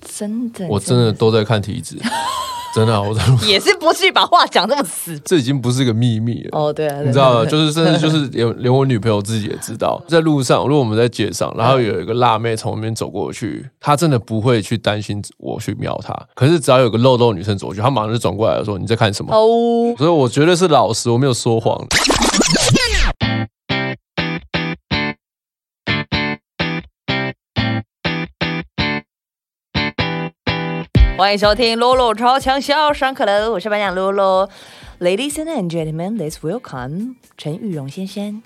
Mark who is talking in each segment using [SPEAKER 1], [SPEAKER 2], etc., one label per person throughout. [SPEAKER 1] 真的，
[SPEAKER 2] 我真的都在看体质，真的啊、我在路上
[SPEAKER 1] 也是不至于把话讲这么死。
[SPEAKER 2] 这已经不是个秘密了。
[SPEAKER 1] 哦，对啊，对啊
[SPEAKER 2] 你知道吗？就是甚至就是连连我女朋友自己也知道，在路上，如果我们在街上，然
[SPEAKER 1] 嗯
[SPEAKER 2] 后有一个辣妹从我们那边走过去，她真的不会去担心我去瞄她。可是只要有个肉肉女生走过去，她马上就转过来说：“你在看什么？”
[SPEAKER 1] 哦，
[SPEAKER 2] 所以我绝对是老实，我没有说谎。
[SPEAKER 1] 欢迎收听《洛洛超强笑上课了》，我是班长洛洛。Ladies and gentlemen, let's welcome 陈玉荣先生。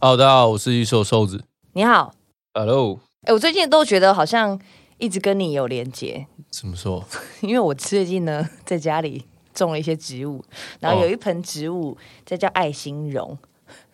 [SPEAKER 2] 好，哦大家好，我是一瘦瘦子。
[SPEAKER 1] 你好，
[SPEAKER 2] Hello，
[SPEAKER 1] 哎，我最近都觉得好像一直跟你有连结，
[SPEAKER 2] 怎么说？
[SPEAKER 1] 因为我最近呢在家里种了一些植物，然后
[SPEAKER 2] 哦
[SPEAKER 1] 有一盆植物在叫爱心榕，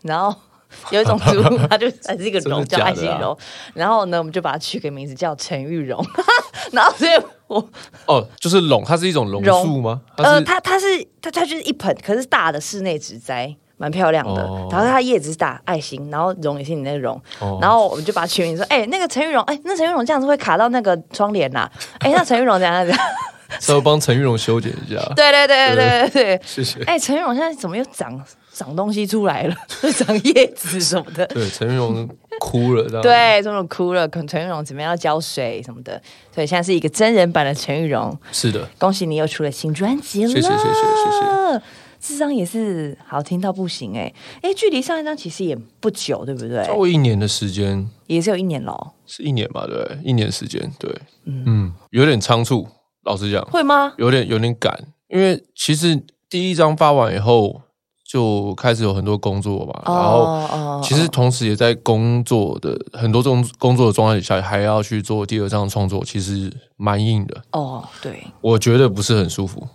[SPEAKER 1] 然后 有一种植 物它就它是一个
[SPEAKER 2] 真的
[SPEAKER 1] 榕叫
[SPEAKER 2] 假的啊
[SPEAKER 1] 爱心榕，然后呢我们就把它取个名字叫陈玉榕， 然后所以我
[SPEAKER 2] 哦，就是龙，它是一种龙树吗？它
[SPEAKER 1] 呃
[SPEAKER 2] 是
[SPEAKER 1] 它它是它它就是一盆，可是大的室内植栽。蛮漂亮的，
[SPEAKER 2] 哦
[SPEAKER 1] 然后它叶子是大爱心，然后榕也是你那个榕，
[SPEAKER 2] 哦
[SPEAKER 1] 然后我们就把它取名说，哎、那个陈玉榕，哎、那陈玉榕这样子会卡到那个窗帘呐、哎、那陈玉榕怎样怎样，
[SPEAKER 2] 稍微帮陈玉荣修剪一下。
[SPEAKER 1] 对对对对对对，
[SPEAKER 2] 谢谢。
[SPEAKER 1] 哎，陈玉荣现在怎么又长长东西出来了？ 长叶子什么 的。
[SPEAKER 2] 对，陈玉荣哭了，这样。
[SPEAKER 1] 对，这种哭了，可能陈玉荣怎么样要浇水什么的，所以现在是一个真人版的陈玉荣。
[SPEAKER 2] 是的，
[SPEAKER 1] 恭喜你又出了新专辑了，
[SPEAKER 2] 谢谢谢谢谢
[SPEAKER 1] 谢。智商也是好听到不行哎、哎，距离上一张其实也不久，对不对？
[SPEAKER 2] 超过一年的时间，
[SPEAKER 1] 也是有一年了哦，
[SPEAKER 2] 是一年吧？对不对，一年时间，对，嗯，有点仓促，老实讲，
[SPEAKER 1] 会吗？
[SPEAKER 2] 有点有点赶，因为其实第一张发完以后就开始有很多工作嘛，然后
[SPEAKER 1] 哦
[SPEAKER 2] 其实同时也在工作的很多种工作的状态下，还要去做第二张创作，其实蛮硬的，
[SPEAKER 1] 哦，对
[SPEAKER 2] 我觉得不是很舒服。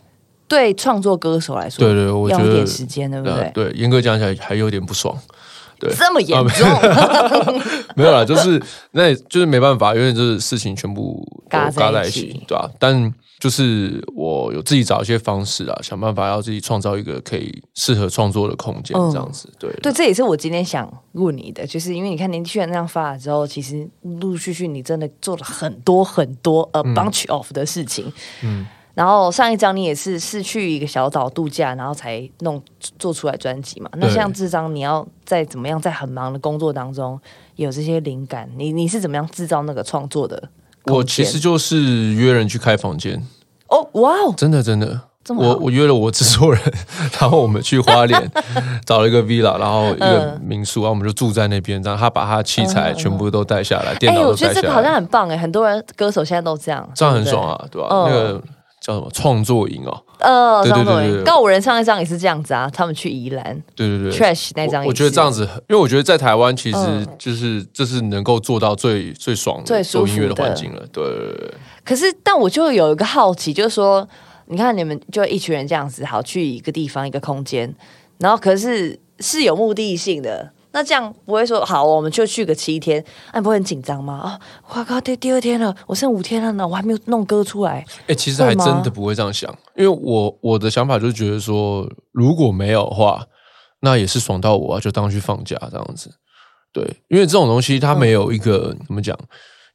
[SPEAKER 1] 对，创作歌手来说，
[SPEAKER 2] 对对，我觉
[SPEAKER 1] 要一
[SPEAKER 2] 得
[SPEAKER 1] 点时间，对不
[SPEAKER 2] 呃
[SPEAKER 1] 对？
[SPEAKER 2] 对，严格讲起来还有点不爽。对
[SPEAKER 1] 这么严
[SPEAKER 2] 啊没
[SPEAKER 1] 重，
[SPEAKER 2] 没有啦，就是那就是没办法，因为就是事情全部都
[SPEAKER 1] 嘎在一
[SPEAKER 2] 在一
[SPEAKER 1] 起
[SPEAKER 2] 起，对吧、但就是我有自己找一些方式啊，想办法要自己创造一个可以适合创作的空间，
[SPEAKER 1] 嗯
[SPEAKER 2] 这样子。对
[SPEAKER 1] 对，这也是我今天想问你的，就是因为你看您去年那样发了之后，其实陆陆续续你真的做了很多很多 a
[SPEAKER 2] 嗯
[SPEAKER 1] bunch of 的事情，嗯。然后上一张你也是是去一个小岛度假，然后才弄做出来专辑嘛。那
[SPEAKER 2] 对
[SPEAKER 1] 像这张，你要在怎么样在很忙的工作当中有这些灵感，你你是怎么样制造那个创作的空间？
[SPEAKER 2] 我其实就是约人去开房间，
[SPEAKER 1] 哦，哇哦，
[SPEAKER 2] 真的真的。
[SPEAKER 1] 这么好
[SPEAKER 2] 我我约了我制作人，然后我们去花莲找了一个 villa，然后一个
[SPEAKER 1] 嗯
[SPEAKER 2] 民宿，然后我们就住在那边，然后他把他器材全部都带下来，电
[SPEAKER 1] 哎，
[SPEAKER 2] 脑
[SPEAKER 1] 我
[SPEAKER 2] 都
[SPEAKER 1] 觉
[SPEAKER 2] 带
[SPEAKER 1] 得
[SPEAKER 2] 下
[SPEAKER 1] 这个好像
[SPEAKER 2] 来，
[SPEAKER 1] 很棒哎，很多人歌手现在都这样，
[SPEAKER 2] 这样很
[SPEAKER 1] 对不对
[SPEAKER 2] 爽。啊，对吧？
[SPEAKER 1] 嗯
[SPEAKER 2] 那个叫什么创作营哦，
[SPEAKER 1] 呃，
[SPEAKER 2] 对对
[SPEAKER 1] 张作
[SPEAKER 2] 对对
[SPEAKER 1] 霖
[SPEAKER 2] 对
[SPEAKER 1] 告五人上一张也是这样子啊，他们去宜兰
[SPEAKER 2] 对对对
[SPEAKER 1] trash 那张也是
[SPEAKER 2] 我我觉得这样子很，因为我觉得在台湾其实
[SPEAKER 1] 嗯
[SPEAKER 2] 就是、这是能够做到最最爽的
[SPEAKER 1] 最舒服
[SPEAKER 2] 做音乐的
[SPEAKER 1] 的
[SPEAKER 2] 环境了。对对对对
[SPEAKER 1] 可是，但我就有一个好奇，就是说，你看你们就一群人这样子，好去一个地方一个空间，然后可是是有目的性的。那这样不会说好，我们就去个七天，那、你不会很紧张吗？啊，我靠，第第二天了，我剩五天了呢，我还没有弄歌出来。
[SPEAKER 2] 哎、其实还
[SPEAKER 1] 会吗
[SPEAKER 2] 真的不会这样想，因为我我的想法就是觉得说，如果没有的话，那也是爽到我啊，就当去放假这样子。对，因为这种东西它没有一个、
[SPEAKER 1] 嗯
[SPEAKER 2] 怎么讲，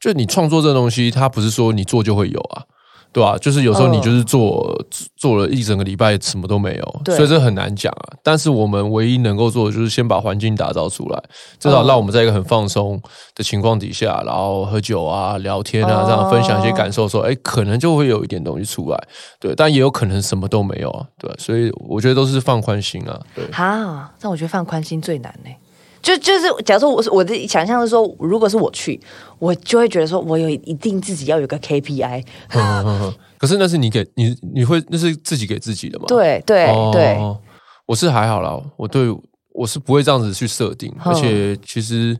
[SPEAKER 2] 就你创作这东西，它不是说你做就会有啊，对吧、就是有时候
[SPEAKER 1] 嗯
[SPEAKER 2] 你就是做、做了一整个礼拜什么都没有，
[SPEAKER 1] 对
[SPEAKER 2] 所以这很难讲啊。但是我们唯一能够做的就是先把环境打造出来，至
[SPEAKER 1] 嗯
[SPEAKER 2] 少让我们在一个很放松的情况底下，然后喝酒啊、聊天啊，这样分享一些
[SPEAKER 1] 哦
[SPEAKER 2] 感受的时候，哎、可能就会有一点东西出来，对，但也有可能什么都没有啊，对，所以我觉得都是放宽心啊，对。
[SPEAKER 1] 哈，但我觉得放宽心最难呢、就就是，假如说我是我的想象是说，如果是我去，我就会觉得说，我有一定自己要有个 KPI，
[SPEAKER 2] 嗯可是那是你给你你会那是自己给自己的嘛？
[SPEAKER 1] 对对
[SPEAKER 2] 哦
[SPEAKER 1] 对，
[SPEAKER 2] 我是还好啦，我对我是不会这样子去设定，
[SPEAKER 1] 嗯
[SPEAKER 2] 而且其实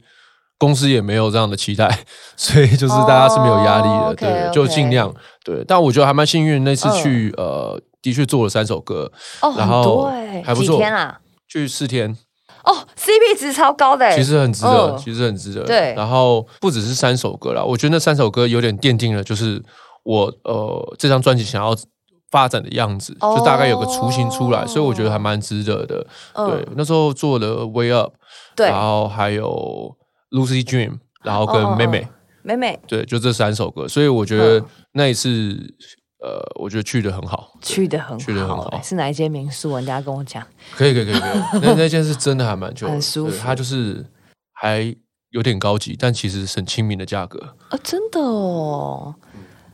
[SPEAKER 2] 公司也没有这样的期待， 所以就是大家是没有压力的，
[SPEAKER 1] 哦嗯
[SPEAKER 2] 对
[SPEAKER 1] OK，OK
[SPEAKER 2] 就尽量对。但我觉得还蛮幸运，那次去、呃，的确做了三首歌，
[SPEAKER 1] 哦，
[SPEAKER 2] 然
[SPEAKER 1] 很多
[SPEAKER 2] 后
[SPEAKER 1] 哎、
[SPEAKER 2] 还不
[SPEAKER 1] 几
[SPEAKER 2] 错
[SPEAKER 1] 天啊？
[SPEAKER 2] 去四天，
[SPEAKER 1] 哦，CP 值超高的、欸，
[SPEAKER 2] 其实很值得，
[SPEAKER 1] 嗯
[SPEAKER 2] 其实很值得。
[SPEAKER 1] 对
[SPEAKER 2] 然后不只是三首歌啦，我觉得那三首歌有点奠定了，就是我呃这张专辑想要发展的样子，
[SPEAKER 1] 哦
[SPEAKER 2] 就大概有个雏形出来，所以我觉得还蛮值得的。
[SPEAKER 1] 嗯
[SPEAKER 2] 对，那时候做了 Way Up，
[SPEAKER 1] 对
[SPEAKER 2] 然后还有 Lucy Dream，然后跟妹妹，
[SPEAKER 1] 哦哦哦嗯妹妹
[SPEAKER 2] 对，就这三首歌。所以我觉得那一次，呃，我觉得去的很好，
[SPEAKER 1] 去的很好、
[SPEAKER 2] 去得很好
[SPEAKER 1] 哎是哪一间民宿？人家跟我讲，
[SPEAKER 2] 可以，可以，可以，可以。那那间是真的还蛮久的，
[SPEAKER 1] 很舒服
[SPEAKER 2] 对它就是还有点高级，但其实是很亲民的价格
[SPEAKER 1] 哦，真的哦。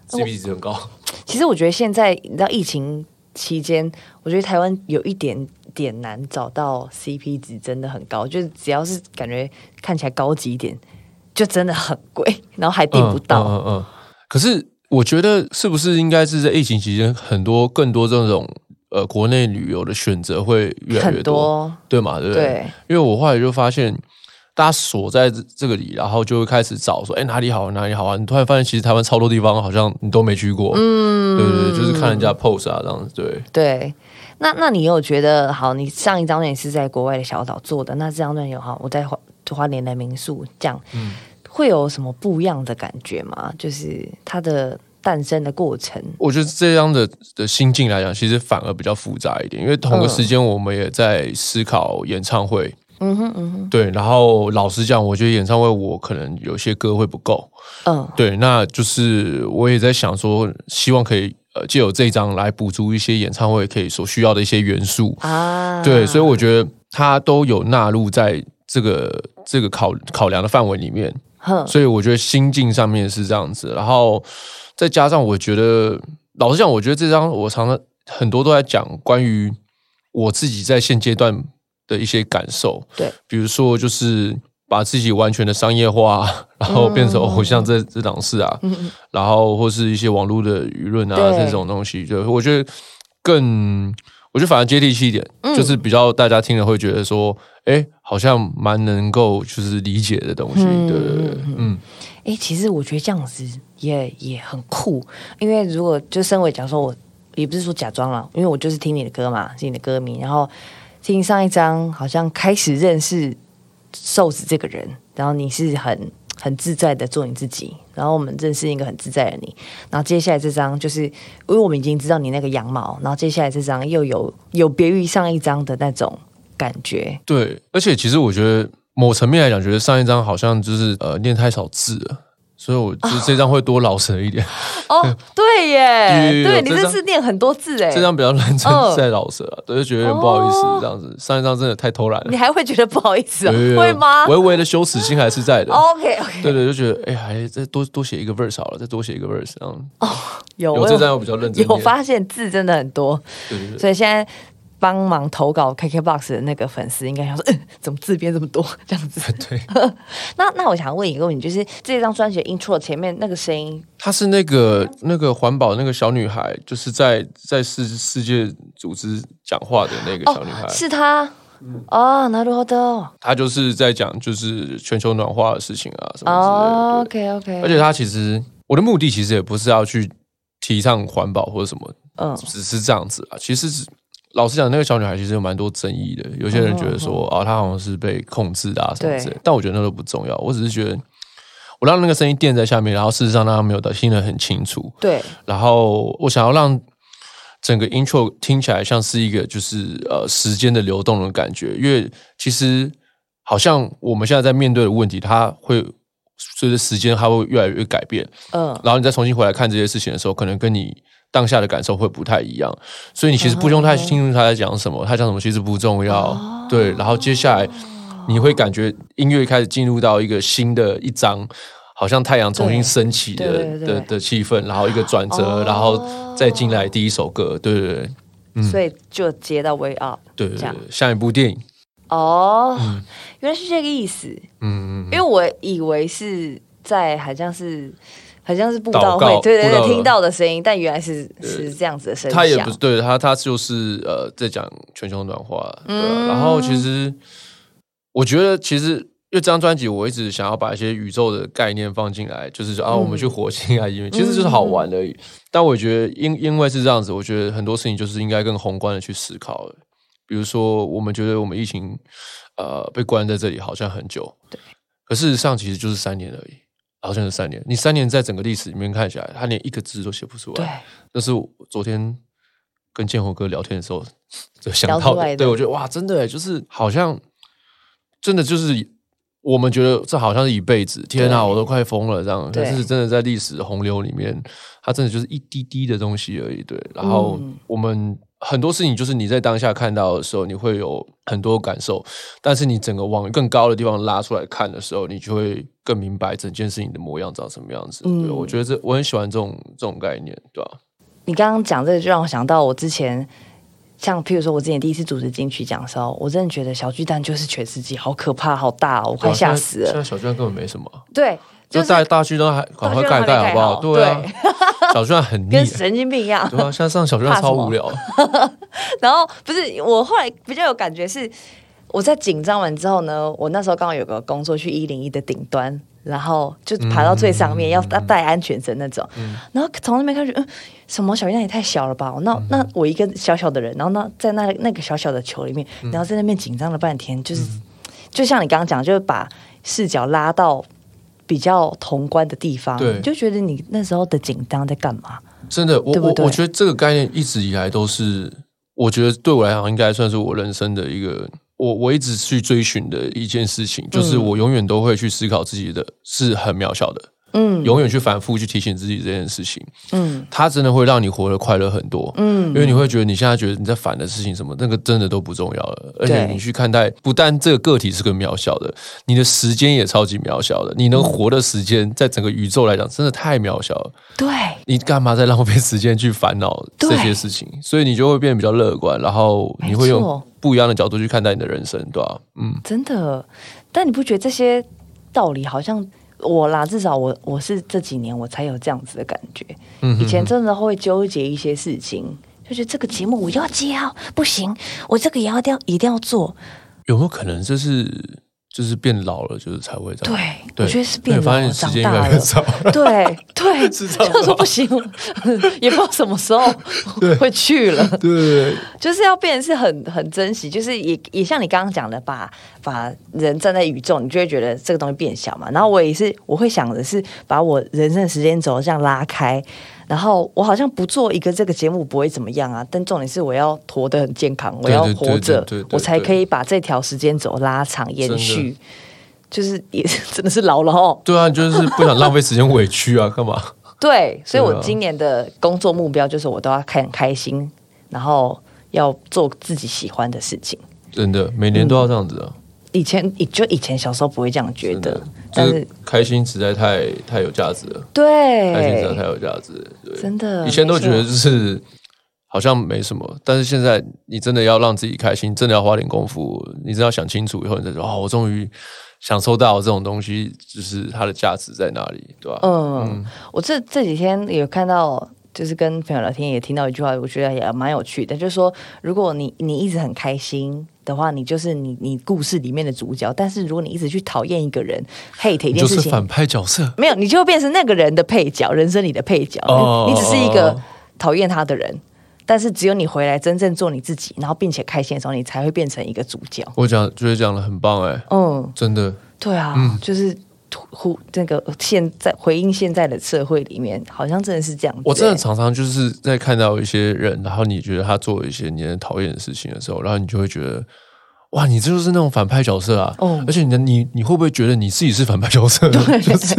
[SPEAKER 2] ，CP 值很高。
[SPEAKER 1] 其实我觉得现在你知道疫情期间，我觉得台湾有一点点难找到 CP 值真的很高，就是只要是感觉看起来高级一点，就真的很贵，然后还订不到。
[SPEAKER 2] 嗯嗯嗯嗯可是我觉得是不是应该是在疫情期间，很多更多这种呃国内旅游的选择会越来越
[SPEAKER 1] 很多
[SPEAKER 2] 对嘛？对不对？
[SPEAKER 1] 对
[SPEAKER 2] 因为我后来就发现。大家锁在这这个里，然后就会开始找说，哎、哪里好玩，哪里好玩。你突然发现，其实台湾超多地方好像你都没去过，嗯，对对对，就是看人家 pose 啊，这样子，对。
[SPEAKER 1] 对，那那你有觉得好？你上一张专辑是在国外的小岛做的，那这张专辑好，我在花花莲的民宿这样，
[SPEAKER 2] 嗯
[SPEAKER 1] 会有什么不一样的感觉吗？就是它的诞生的过程，
[SPEAKER 2] 我觉得这样的的心境来讲，其实反而比较复杂一点，因为同个时间我们也在思考演唱会。
[SPEAKER 1] 嗯哼嗯哼，
[SPEAKER 2] 对，然后老实讲，我觉得演唱会我可能有些歌会不够。
[SPEAKER 1] 嗯
[SPEAKER 2] 对，那就是我也在想说，希望可以呃借由这一张来补足一些演唱会可以所需要的一些元素。
[SPEAKER 1] 啊，
[SPEAKER 2] 对，所以我觉得它都有纳入在这个这个考考量的范围里面。
[SPEAKER 1] 哼
[SPEAKER 2] 所以我觉得心境上面是这样子，然后再加上我觉得，老实讲，我觉得这张我常常很多都在讲关于我自己在现阶段的一些感受，
[SPEAKER 1] 对，
[SPEAKER 2] 比如说就是把自己完全的商业化，然
[SPEAKER 1] 嗯
[SPEAKER 2] 后变成偶像这这档事啊，然后或是一些网络的舆论啊
[SPEAKER 1] 对
[SPEAKER 2] 这种东西，对我觉得更。我觉得反而接地气一点，
[SPEAKER 1] 嗯
[SPEAKER 2] 就是比较大家听了会觉得说，哎、好像蛮能够就是理解的东西，对对对，嗯。
[SPEAKER 1] 哎、其实我觉得这样子也也很酷，因为如果就身为假如说我也不是说假装啦，因为我就是听你的歌嘛，是你的歌迷，然后听上一张好像开始认识瘦子这个人，然后你是很很自在的做你自己，然后我们认识一个很自在的你，然后接下来这张就是因为我们已经知道你那个羊毛，然后接下来这张又有有别于上一张的那种感觉，
[SPEAKER 2] 对，而且其实我觉得某层面来讲，觉得上一张好像就是呃念太少字了。所以我就是这张会多老舌一点，
[SPEAKER 1] 哦，对耶，
[SPEAKER 2] 有有有
[SPEAKER 1] 对你
[SPEAKER 2] 这
[SPEAKER 1] 这
[SPEAKER 2] 张
[SPEAKER 1] 次念很多字哎，
[SPEAKER 2] 这张比较认真
[SPEAKER 1] 嗯
[SPEAKER 2] 在老舌啊，对，就觉得有点不好意思这样子。上一张真的太偷懒了
[SPEAKER 1] 你，还会觉得不好意思哦？
[SPEAKER 2] 有有
[SPEAKER 1] 哦
[SPEAKER 2] 有
[SPEAKER 1] 会吗哦
[SPEAKER 2] 微微的羞耻心还是在的。
[SPEAKER 1] ？OK OK，
[SPEAKER 2] 对对，就觉得哎，还再多多写一个 verse 好了，再多写一个 verse，这样。
[SPEAKER 1] 哦有
[SPEAKER 2] 有
[SPEAKER 1] 我
[SPEAKER 2] 这张我比较认真一
[SPEAKER 1] 有
[SPEAKER 2] 点。
[SPEAKER 1] 发现字真的很多，
[SPEAKER 2] 对对对，
[SPEAKER 1] 所以现在帮忙投稿 KKBOX 的那个粉丝应该想说，嗯怎么字变这么多这样子？
[SPEAKER 2] 对，
[SPEAKER 1] 那那我想问一个问题，就是这张专辑的 intro 前面那个声音，
[SPEAKER 2] 她是那个那个环保那个小女孩，就是在在世世界组织讲话的那个小
[SPEAKER 1] 哦
[SPEAKER 2] 女孩，，
[SPEAKER 1] 是他。哦，なるほど。
[SPEAKER 2] 她就是在讲就是全球暖化的事情啊什么之类的。
[SPEAKER 1] 哦
[SPEAKER 2] 对
[SPEAKER 1] ，OK OK，
[SPEAKER 2] 而且他其实我的目的其实也不是要去提倡环保或者什么，
[SPEAKER 1] 嗯
[SPEAKER 2] 只是这样子啊。其实是老实讲，那个小女孩其实有蛮多争议的。有些人觉得说啊，她好像是被控制的啊什么之类
[SPEAKER 1] 嗯对
[SPEAKER 2] 的，但我觉得那都不重要。我只是觉得我让那个声音垫在下面，然后事实上让她没有的听得很清楚，
[SPEAKER 1] 对，
[SPEAKER 2] 然后我想要让。整个 intro 听起来像是一个就是呃时间的流动的感觉，因为其实好像我们现在在面对的问题，它会随着时间它会越来越改变，
[SPEAKER 1] 嗯
[SPEAKER 2] 然后你再重新回来看这些事情的时候，可能跟你当下的感受会不太一样，所以你其实不用
[SPEAKER 1] 哦
[SPEAKER 2] 太清楚他在讲什么，他讲什么其实不重要。对，然后接下来你会感觉音乐开始进入到一个新的一章，好像太阳重新升起的
[SPEAKER 1] 对对对
[SPEAKER 2] 的的气氛，然后一个转折，
[SPEAKER 1] 哦
[SPEAKER 2] 然后再进来第一首歌，对对对
[SPEAKER 1] 所以就接到 Way Up。
[SPEAKER 2] 对对
[SPEAKER 1] 这
[SPEAKER 2] 对
[SPEAKER 1] 样，
[SPEAKER 2] 下一部电影，
[SPEAKER 1] 哦，原来是这个意思。
[SPEAKER 2] 嗯，嗯嗯
[SPEAKER 1] 因为我以为是在好像是好像是布
[SPEAKER 2] 祷
[SPEAKER 1] 道
[SPEAKER 2] 告
[SPEAKER 1] 会，对对
[SPEAKER 2] 布道呃
[SPEAKER 1] 对，听到的声音，但原来是是这样子的声响。
[SPEAKER 2] 他也不是对他，他就是呃，在讲全球暖化，对、啊
[SPEAKER 1] 嗯
[SPEAKER 2] 然后其实我觉得，其实因为这张专辑，我一直想要把一些宇宙的概念放进来，就是说啊，
[SPEAKER 1] 嗯
[SPEAKER 2] 我们去火星啊，因为其实就是好玩而已。但我觉得因因为是这样子，我觉得很多事情就是应该更宏观的去思考的。比如说，我们觉得我们疫情呃被关在这里好像很久，对，可事实上其实就是三年而已，好像是三年。你三年在整个历史里面看起来，他连一个字都写不出来，
[SPEAKER 1] 对，
[SPEAKER 2] 那是我昨天跟建宏哥聊天的时候就想
[SPEAKER 1] 聊
[SPEAKER 2] 到
[SPEAKER 1] 出来
[SPEAKER 2] 的。
[SPEAKER 1] 的
[SPEAKER 2] 欸对，我觉得哇，真的耶就是好像真的就是我们觉得这好像是一辈子，天啊，
[SPEAKER 1] 对
[SPEAKER 2] 我都快疯了这样。
[SPEAKER 1] 对
[SPEAKER 2] 但是真的在历史洪流里面，它真的就是一滴滴的东西而已。对，然后
[SPEAKER 1] 嗯
[SPEAKER 2] 我们很多事情就是你在当下看到的时候，你会有很多感受，但是你整个往更高的地方拉出来看的时候，你就会更明白整件事情的模样长什么样子。对，
[SPEAKER 1] 嗯
[SPEAKER 2] 我觉得这我很喜欢这种这种概念，对啊吧、
[SPEAKER 1] 你刚刚讲这个，就让我想到我之前，像譬如说我之前第一次主持金曲奖的时候，我真的觉得小巨蛋就是全世界，好可怕，好大、哦，我快吓死
[SPEAKER 2] 现
[SPEAKER 1] 了。
[SPEAKER 2] 在小巨蛋根本没什么，
[SPEAKER 1] 对，
[SPEAKER 2] 啊就
[SPEAKER 1] 就
[SPEAKER 2] 大
[SPEAKER 1] 是
[SPEAKER 2] 大巨蛋还赶
[SPEAKER 1] 大
[SPEAKER 2] 快
[SPEAKER 1] 巨蛋
[SPEAKER 2] 盖
[SPEAKER 1] 还没
[SPEAKER 2] 一盖好不
[SPEAKER 1] 盖
[SPEAKER 2] 好？
[SPEAKER 1] 好
[SPEAKER 2] 对啊，小巨 蛋很腻
[SPEAKER 1] 跟，神经病一样。
[SPEAKER 2] 对啊，现在上小巨蛋
[SPEAKER 1] 怕什
[SPEAKER 2] 超
[SPEAKER 1] 么
[SPEAKER 2] 无聊。
[SPEAKER 1] 然后不是我后来比较有感觉是，我在紧张完之后呢，我那时候刚好有个工作去一零一的顶端，然后就爬到最上面，要要戴安全绳那种。然后从那边开始，嗯，什么小鱼蛋也太小了吧？那、那我一个小小的人，然后那在那那个小小的球里面，然后在那边紧张了半天，就是、就像你刚刚讲，就是把视角拉到。比较宏观的地方，
[SPEAKER 2] 对
[SPEAKER 1] 你就觉得你那时候的紧张在干嘛？
[SPEAKER 2] 真的，我
[SPEAKER 1] 对不
[SPEAKER 2] 我
[SPEAKER 1] 对
[SPEAKER 2] 我觉得这个概念一直以来都是，我觉得对我来讲应该算是我人生的一个，我我一直去追寻的一件事
[SPEAKER 1] 嗯
[SPEAKER 2] 情，就是我永远都会去思考自己的是很渺小的，嗯，永远去反复去提醒自己这件事情，嗯，它真的会让你活得快乐很多，嗯，因为你会觉得你现在觉得你在烦的事情什么，那个真的都不重要了，而且
[SPEAKER 1] 对
[SPEAKER 2] 你去看待，不但这个个体是个渺小的，你的时间也超级渺小的，你
[SPEAKER 1] 嗯
[SPEAKER 2] 能活的时间在整个宇宙来讲真的太渺小了。
[SPEAKER 1] 对，
[SPEAKER 2] 你干嘛在浪费时间去烦恼这
[SPEAKER 1] 对
[SPEAKER 2] 些事情？所以你就会变得比较乐观，然后你会
[SPEAKER 1] 没
[SPEAKER 2] 用
[SPEAKER 1] 错
[SPEAKER 2] 不一样的角度去看待你的人生，对吧、嗯，
[SPEAKER 1] 真的，但你不觉得这些道理好像我啦？至少我我是这几年我才有这样子的感觉。
[SPEAKER 2] 嗯
[SPEAKER 1] 以前真的会纠结一些事情，就觉得这个节目我要接啊，不行，我这个也要一定要一定要做。
[SPEAKER 2] 有没有可能这是就是变老了，就是才会这
[SPEAKER 1] 对
[SPEAKER 2] 样？，
[SPEAKER 1] 我觉得是变
[SPEAKER 2] 对发
[SPEAKER 1] 老了，
[SPEAKER 2] 现时
[SPEAKER 1] 长
[SPEAKER 2] 间越
[SPEAKER 1] 大
[SPEAKER 2] 来越
[SPEAKER 1] 了。
[SPEAKER 2] 少。
[SPEAKER 1] 对 对，
[SPEAKER 2] 是
[SPEAKER 1] 就
[SPEAKER 2] 这样
[SPEAKER 1] 说不行， 也不知道什么时候会去了。
[SPEAKER 2] 对，
[SPEAKER 1] 就是要变成是很很珍惜，就是也也像你刚刚讲的，把把人站在宇宙，你就会觉得这个东西变小嘛。然后我也是，我会想的是把我人生的时间轴这样拉开，然后我好像不做一个这个节目不会怎么样啊，但重点是我要活得很健康，我
[SPEAKER 2] 对
[SPEAKER 1] 要
[SPEAKER 2] 对对
[SPEAKER 1] 活着
[SPEAKER 2] 对对对对，
[SPEAKER 1] 我才可以把这条时间轴拉长延
[SPEAKER 2] 真
[SPEAKER 1] 续。就是也是真的是老了哦，
[SPEAKER 2] 对啊，就是不想浪费时间委屈啊，干嘛？
[SPEAKER 1] 对，所以
[SPEAKER 2] 对啊
[SPEAKER 1] 我今年的工作目标就是我都要看开心，然后要做自己喜欢的事情。
[SPEAKER 2] 真的，每年都要这样子啊，
[SPEAKER 1] 以前以就以前小时候不会这样觉
[SPEAKER 2] 真
[SPEAKER 1] 得
[SPEAKER 2] 的，，就
[SPEAKER 1] 嗯但
[SPEAKER 2] 是
[SPEAKER 1] 是
[SPEAKER 2] 开心实在太太有价值了。开心才才
[SPEAKER 1] 对，
[SPEAKER 2] 有价值。对，
[SPEAKER 1] 真的
[SPEAKER 2] 以前都觉得
[SPEAKER 1] 嗯没
[SPEAKER 2] 就
[SPEAKER 1] 错
[SPEAKER 2] 是好像没什么，但是现在你真的要让自己开心，真的要花点功夫，你真的要想清楚以后，你再说哦，我终于享受到这种东西，就是它的价值在哪里，对吧、
[SPEAKER 1] 嗯，我这这几天有看到，就是跟朋友聊天也听到一句话，我觉得也蛮有趣的，就是说，如果你你一直很开心的话，你就是你你故事里面的主角；但是如果你一直去讨厌一个人，hate 一
[SPEAKER 2] 你
[SPEAKER 1] 件
[SPEAKER 2] 就
[SPEAKER 1] 事
[SPEAKER 2] 是
[SPEAKER 1] 情，
[SPEAKER 2] 反派角色，
[SPEAKER 1] 没有，你就会变成那个人的配角，人生里的配角。
[SPEAKER 2] 哦
[SPEAKER 1] 你你只是一个
[SPEAKER 2] 哦
[SPEAKER 1] 讨厌他的人，但是只有你回来真正做你自己，然后并且开心的时候，你才会变成一个主角。
[SPEAKER 2] 我讲觉得讲的很棒哎、
[SPEAKER 1] 嗯。
[SPEAKER 2] 真的。
[SPEAKER 1] 对啊，
[SPEAKER 2] 嗯
[SPEAKER 1] 就是突忽那个现在回应现在的社会里面，好像真的是这样子欸、
[SPEAKER 2] 我真的常常就是在看到一些人，然后你觉得他做一些你很讨厌的事情的时候，然后你就会觉得，哇，你这就是那种反派角色啊！
[SPEAKER 1] 哦
[SPEAKER 2] 而且你的你你会不会觉得你自己是反派角色？啊 就是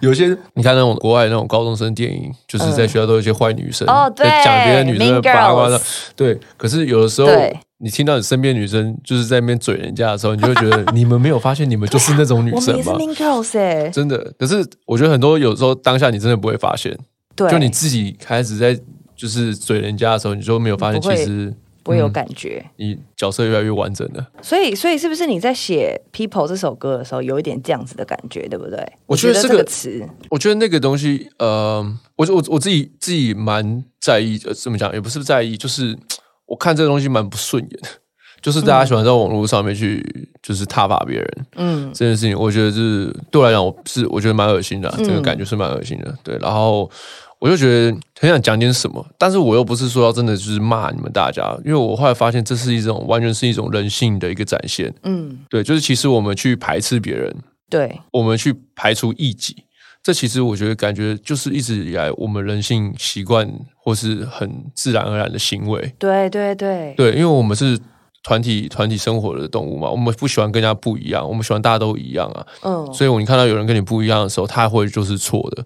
[SPEAKER 2] 有些你看那种国外那种高中生电影，就是在学校都有一些坏女生，
[SPEAKER 1] 哦对
[SPEAKER 2] 在讲别的女生的
[SPEAKER 1] Mean
[SPEAKER 2] 八卦
[SPEAKER 1] Girls
[SPEAKER 2] 对。可是有的时候
[SPEAKER 1] 对。
[SPEAKER 2] 你听到你身边女生就是在那边嘴人家的时候，你就会觉得你们没有发现你们就是那种女
[SPEAKER 1] 我
[SPEAKER 2] 生
[SPEAKER 1] 们也是
[SPEAKER 2] 吗？
[SPEAKER 1] Mean Girls 哎、
[SPEAKER 2] 真的，可是我觉得很多有时候当下你真的不会发现，
[SPEAKER 1] 对，
[SPEAKER 2] 就你自己开始在就是嘴人家的时候，你就没有发现
[SPEAKER 1] 不
[SPEAKER 2] 其
[SPEAKER 1] 会
[SPEAKER 2] 实
[SPEAKER 1] 我
[SPEAKER 2] 嗯
[SPEAKER 1] 有感觉。
[SPEAKER 2] 你角色越来越完整了。
[SPEAKER 1] 所以，所以是不是你在写《People》这首歌的时候，有一点这样子的感觉，对不对？
[SPEAKER 2] 我
[SPEAKER 1] 觉
[SPEAKER 2] 觉得
[SPEAKER 1] 得
[SPEAKER 2] 这
[SPEAKER 1] 这
[SPEAKER 2] 个
[SPEAKER 1] 个词，
[SPEAKER 2] 我觉得那个东西，呃，我我我自己自己蛮在意，呃，怎么讲也不是在意，就是我看这个东西蛮不顺眼的， 就是大家喜欢在网络上面去就是挞伐别人，
[SPEAKER 1] 嗯，
[SPEAKER 2] 这件事情，我觉得是对我来讲，我是我觉得蛮恶心的啊、这个感觉是蛮恶心的。对，然后我就觉得很想讲点什么，但是我又不是说要真的就是骂你们大家，因为我后来发现这是一种完全是一种人性的一个展现。
[SPEAKER 1] 嗯，
[SPEAKER 2] 对，就是其实我们去排斥别人，
[SPEAKER 1] 对，
[SPEAKER 2] 我们去排除异己，这其实我觉得感觉就是一直以来我们人性习惯或是很自然而然的行为。
[SPEAKER 1] 对，对，对，
[SPEAKER 2] 对，因为我们是团体团体生活的动物嘛，我们不喜欢跟人家不一样，我们喜欢大家都一样啊。
[SPEAKER 1] 嗯，
[SPEAKER 2] 所以我你看到有人跟你不一样的时候，他会就是错的，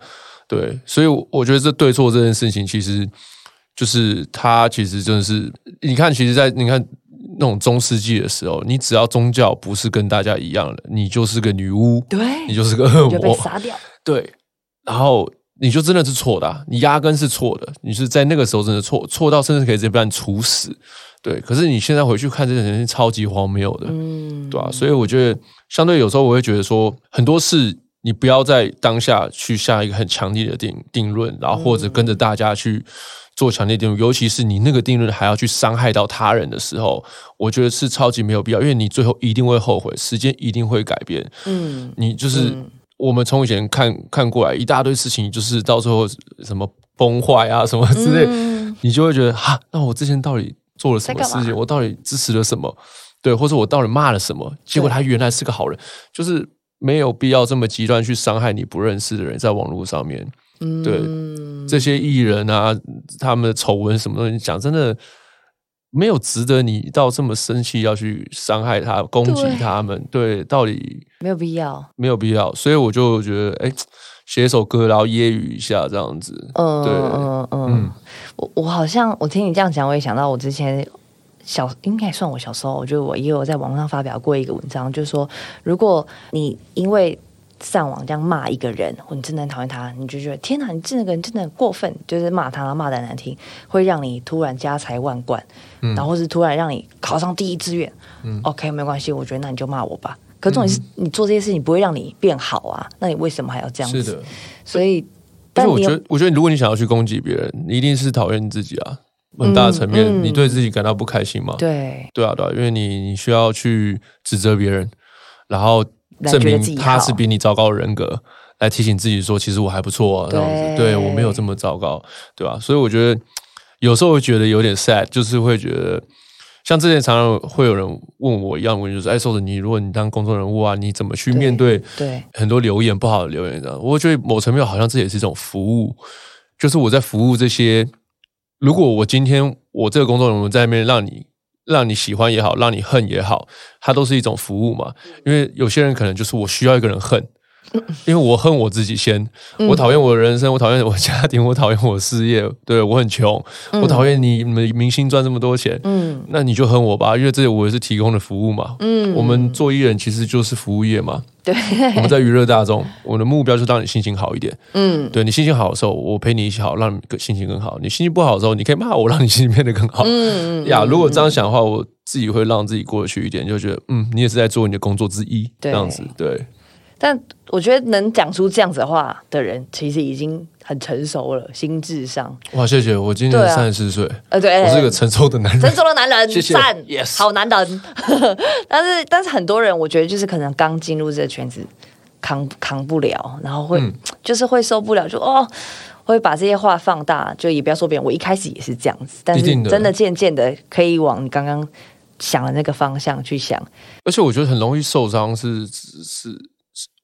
[SPEAKER 2] 对。所以我我觉得这对错这件事情，其实就是他其实真的是，你看，其实在，你看那种中世纪的时候，你只要宗教不是跟大家一样的，你就是个女巫，
[SPEAKER 1] 对，
[SPEAKER 2] 你就是个恶
[SPEAKER 1] 就被
[SPEAKER 2] 魔，
[SPEAKER 1] 杀掉。
[SPEAKER 2] 对。然后你就真的是错的啊、你压根是错的，你是在那个时候真的错，错到甚至可以直接被人处死，对。可是你现在回去看这件事情，超级荒谬的，
[SPEAKER 1] 嗯，
[SPEAKER 2] 对啊，所以我觉得相对有时候我会觉得说，很多事你不要在当下去下一个很强烈的定定论，然后或者跟着大家去做强烈定论，尤其是你那个定论还要去伤害到他人的时候，我觉得是超级没有必要，因为你最后一定会后悔，时间一定会改变，
[SPEAKER 1] 嗯，
[SPEAKER 2] 你就是。我们从以前看看过来一大堆事情，就是到最后什么崩坏啊什么之类，
[SPEAKER 1] 嗯
[SPEAKER 2] 你就会觉得哈，那我之前到底做了什么
[SPEAKER 1] 在
[SPEAKER 2] 事
[SPEAKER 1] 干
[SPEAKER 2] 情？
[SPEAKER 1] 嘛
[SPEAKER 2] 我到底支持了什么？对，或者我到底骂了什么？结果他原来是个好人，就是没有必要这么极端去伤害你不认识的人，在网络上面。对
[SPEAKER 1] 嗯
[SPEAKER 2] 这些艺人啊，他们的丑闻什么东西，讲真的没有值得你到这么生气要去伤害他、攻击
[SPEAKER 1] 对
[SPEAKER 2] 他们。对，到底
[SPEAKER 1] 没有必要。
[SPEAKER 2] 没有必要。所以我就觉得，哎，写一首歌，然后揶揄一下这样子。
[SPEAKER 1] 嗯
[SPEAKER 2] 对
[SPEAKER 1] 嗯嗯，我我好像我听你这样讲，我也想到我之前小应该也算我小时候，我觉得我也有在网上发表过一个文章，就是说，如果你因为上网这样骂一个人，或你真的很讨厌他，你就觉得天哪，你这个人真的很过分，就是骂他骂的难听，会让你突然家财万贯，
[SPEAKER 2] 嗯
[SPEAKER 1] 然后是突然让你考上第一志愿。OK，没关系，我觉得那你就骂我吧。可重点是
[SPEAKER 2] 嗯
[SPEAKER 1] 你做这些事情不会让你变好啊，那你为什么还要这样子？
[SPEAKER 2] 是的，
[SPEAKER 1] 所以，但
[SPEAKER 2] 但是我
[SPEAKER 1] 你有
[SPEAKER 2] 觉得，我觉得如果你想要去攻击别人，你一定是讨厌你自己啊，很大的层面，
[SPEAKER 1] 嗯嗯
[SPEAKER 2] 你对自己感到不开心嘛？
[SPEAKER 1] 对，
[SPEAKER 2] 对啊，对啊，因为你你需要去指责别人，然后
[SPEAKER 1] 来
[SPEAKER 2] 证
[SPEAKER 1] 觉得自己
[SPEAKER 2] 明他
[SPEAKER 1] 好
[SPEAKER 2] 是比你糟糕的人格，来提醒自己说，其实我还不错啊，这样子，
[SPEAKER 1] 对
[SPEAKER 2] 对我没有这么糟糕，对吧、所以我觉得有时候会觉得有点 sad，就是会觉得。像之前常常会有人问我一样的问题，就是哎，瘦子，你如果你当公众人物啊，你怎么去
[SPEAKER 1] 对
[SPEAKER 2] 面对
[SPEAKER 1] 对，
[SPEAKER 2] 很多留言不好的留言这样，我觉得某层面好像这也是一种服务，就是我在服务这些。如果我今天我这个工作人员在那边让你让你喜欢也好，让你恨也好，它都是一种服务嘛。因为有些人可能就是我需要一个人恨，因为我恨我自己先，
[SPEAKER 1] 嗯
[SPEAKER 2] 我讨厌我的人生，我讨厌我家庭，我讨厌我事业，对我很穷，我讨厌你们明星赚这么多钱，
[SPEAKER 1] 嗯
[SPEAKER 2] 那你就恨我吧，因为这我也是提供的服务嘛。
[SPEAKER 1] 嗯，
[SPEAKER 2] 我们做艺人其实就是服务业嘛，
[SPEAKER 1] 对，
[SPEAKER 2] 我们在娱乐大众，我的目标就是让你心情好一点。
[SPEAKER 1] 嗯
[SPEAKER 2] 对你心情好的时候，我陪你一起好，让你更心情更好；你心情不好的时候，你可以骂我，让你心情变得更好。
[SPEAKER 1] 嗯嗯，
[SPEAKER 2] 呀，如果这样想的话，我自己会让自己过得去一点，就觉得嗯，你也是在做你的工作之一，这
[SPEAKER 1] 对
[SPEAKER 2] 样子。对，
[SPEAKER 1] 但我觉得能讲出这样子的话的人，其实已经很成熟了，心智上，
[SPEAKER 2] 哇，谢谢，我今
[SPEAKER 1] 对
[SPEAKER 2] 年
[SPEAKER 1] 啊
[SPEAKER 2] 三十四岁，
[SPEAKER 1] 呃，对，哎
[SPEAKER 2] 我是一个成熟的男
[SPEAKER 1] 成
[SPEAKER 2] 人。
[SPEAKER 1] 熟的男人，
[SPEAKER 2] 谢谢
[SPEAKER 1] 赞
[SPEAKER 2] Yes
[SPEAKER 1] 好男人。 但是，但是很多人，我觉得就是可能刚进入这个圈子，扛扛不了，然后会、
[SPEAKER 2] 嗯
[SPEAKER 1] 就是会受不了，就哦，会把这些话放大，就也不要说别人，我一开始也是这样子，但是
[SPEAKER 2] 一定的
[SPEAKER 1] 真的渐渐的可以往你刚刚想的那个方向去想，
[SPEAKER 2] 而且我觉得很容易受伤是，是是是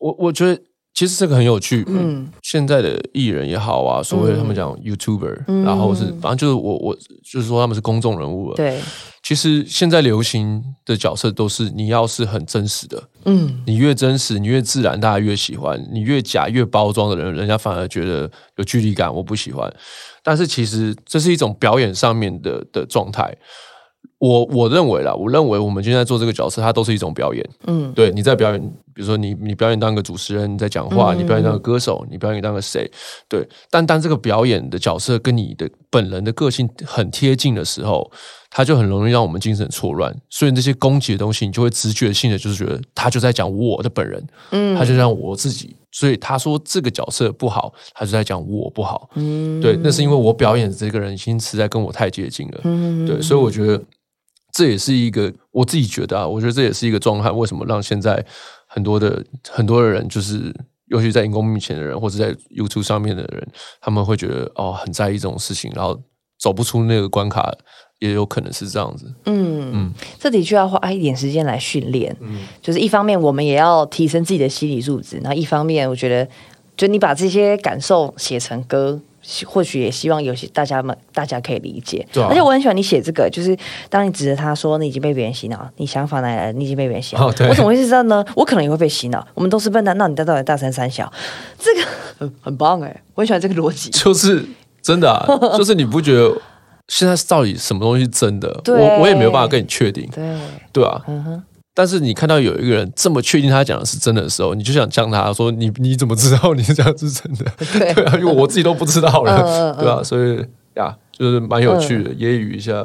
[SPEAKER 2] 我我觉得其实这个很有趣，嗯，现在的艺人也好啊，所
[SPEAKER 1] 嗯
[SPEAKER 2] 谓他们讲 YouTuber，、然后是反正就是我我就是说他们是公众人物了，
[SPEAKER 1] 对，
[SPEAKER 2] 其实现在流行的角色都是你要是很真实的，
[SPEAKER 1] 嗯，
[SPEAKER 2] 你越真实，你越自然，大家越喜欢；你越假、越包装的人，人家反而觉得有距离感，我不喜欢。但是其实这是一种表演上面的的状态。我我认为啦，我认为我们现在做这个角色，它都是一种表演。
[SPEAKER 1] 嗯，
[SPEAKER 2] 对，你在表演，比如说你你表演当个主持人，你在讲话，你表演当个歌手，你表演当个谁，对。但当这个表演的角色跟你的本人的个性很贴近的时候，它就很容易让我们精神错乱。所以那些攻击的东西，你就会直觉性的就是觉得他就在讲我的本人，嗯，他就像我自己。所以他说这个角色不好，他就在讲我不好，嗯，对，那是因为我表演的这个人已经实在跟我太接近了，嗯，对，所以我觉得这也是一个我自己觉得啊，我觉得这也是一个状态。为什么让现在很多的很多的人，就是尤其在荧光幕前的人，或者在 YouTube 上面的人，他们会觉得哦很在意这种事情，然后走不出那个关卡，也有可能是这样子。
[SPEAKER 1] 这的确要花一点时间来
[SPEAKER 2] 嗯
[SPEAKER 1] 训练。就是一方面我们也要提升自己的心理素质，然后一方面我觉得就你把这些感受写成歌，希或许也希望有些大家们大家可以理解。
[SPEAKER 2] 对啊
[SPEAKER 1] 而且我很喜欢你写这个，就是当你指着他说你已经被别人洗脑，你想法哪里来？你已经被别人洗脑。
[SPEAKER 2] 哦对
[SPEAKER 1] 我怎么会知道呢？我可能也会被洗脑。我们都是笨蛋，那你到底大三三小？这个很很棒哎、我很喜欢这个逻 辑。
[SPEAKER 2] 就是真的、 啊，就是你不觉得现在到底什么东西是真的？
[SPEAKER 1] 对
[SPEAKER 2] 我我也没有办法跟你确定，
[SPEAKER 1] 对，
[SPEAKER 2] 对啊。
[SPEAKER 1] 嗯哼，
[SPEAKER 2] 但是你看到有一个人这么确定他讲的是真的的时候，你就想呛他说：“你你怎么知道你讲的是真的？”
[SPEAKER 1] 对
[SPEAKER 2] 对啊，因为我自己都不知道
[SPEAKER 1] 嗯嗯
[SPEAKER 2] 了，
[SPEAKER 1] 嗯
[SPEAKER 2] 对啊，所以呀，就是蛮有趣的，揶揄一下。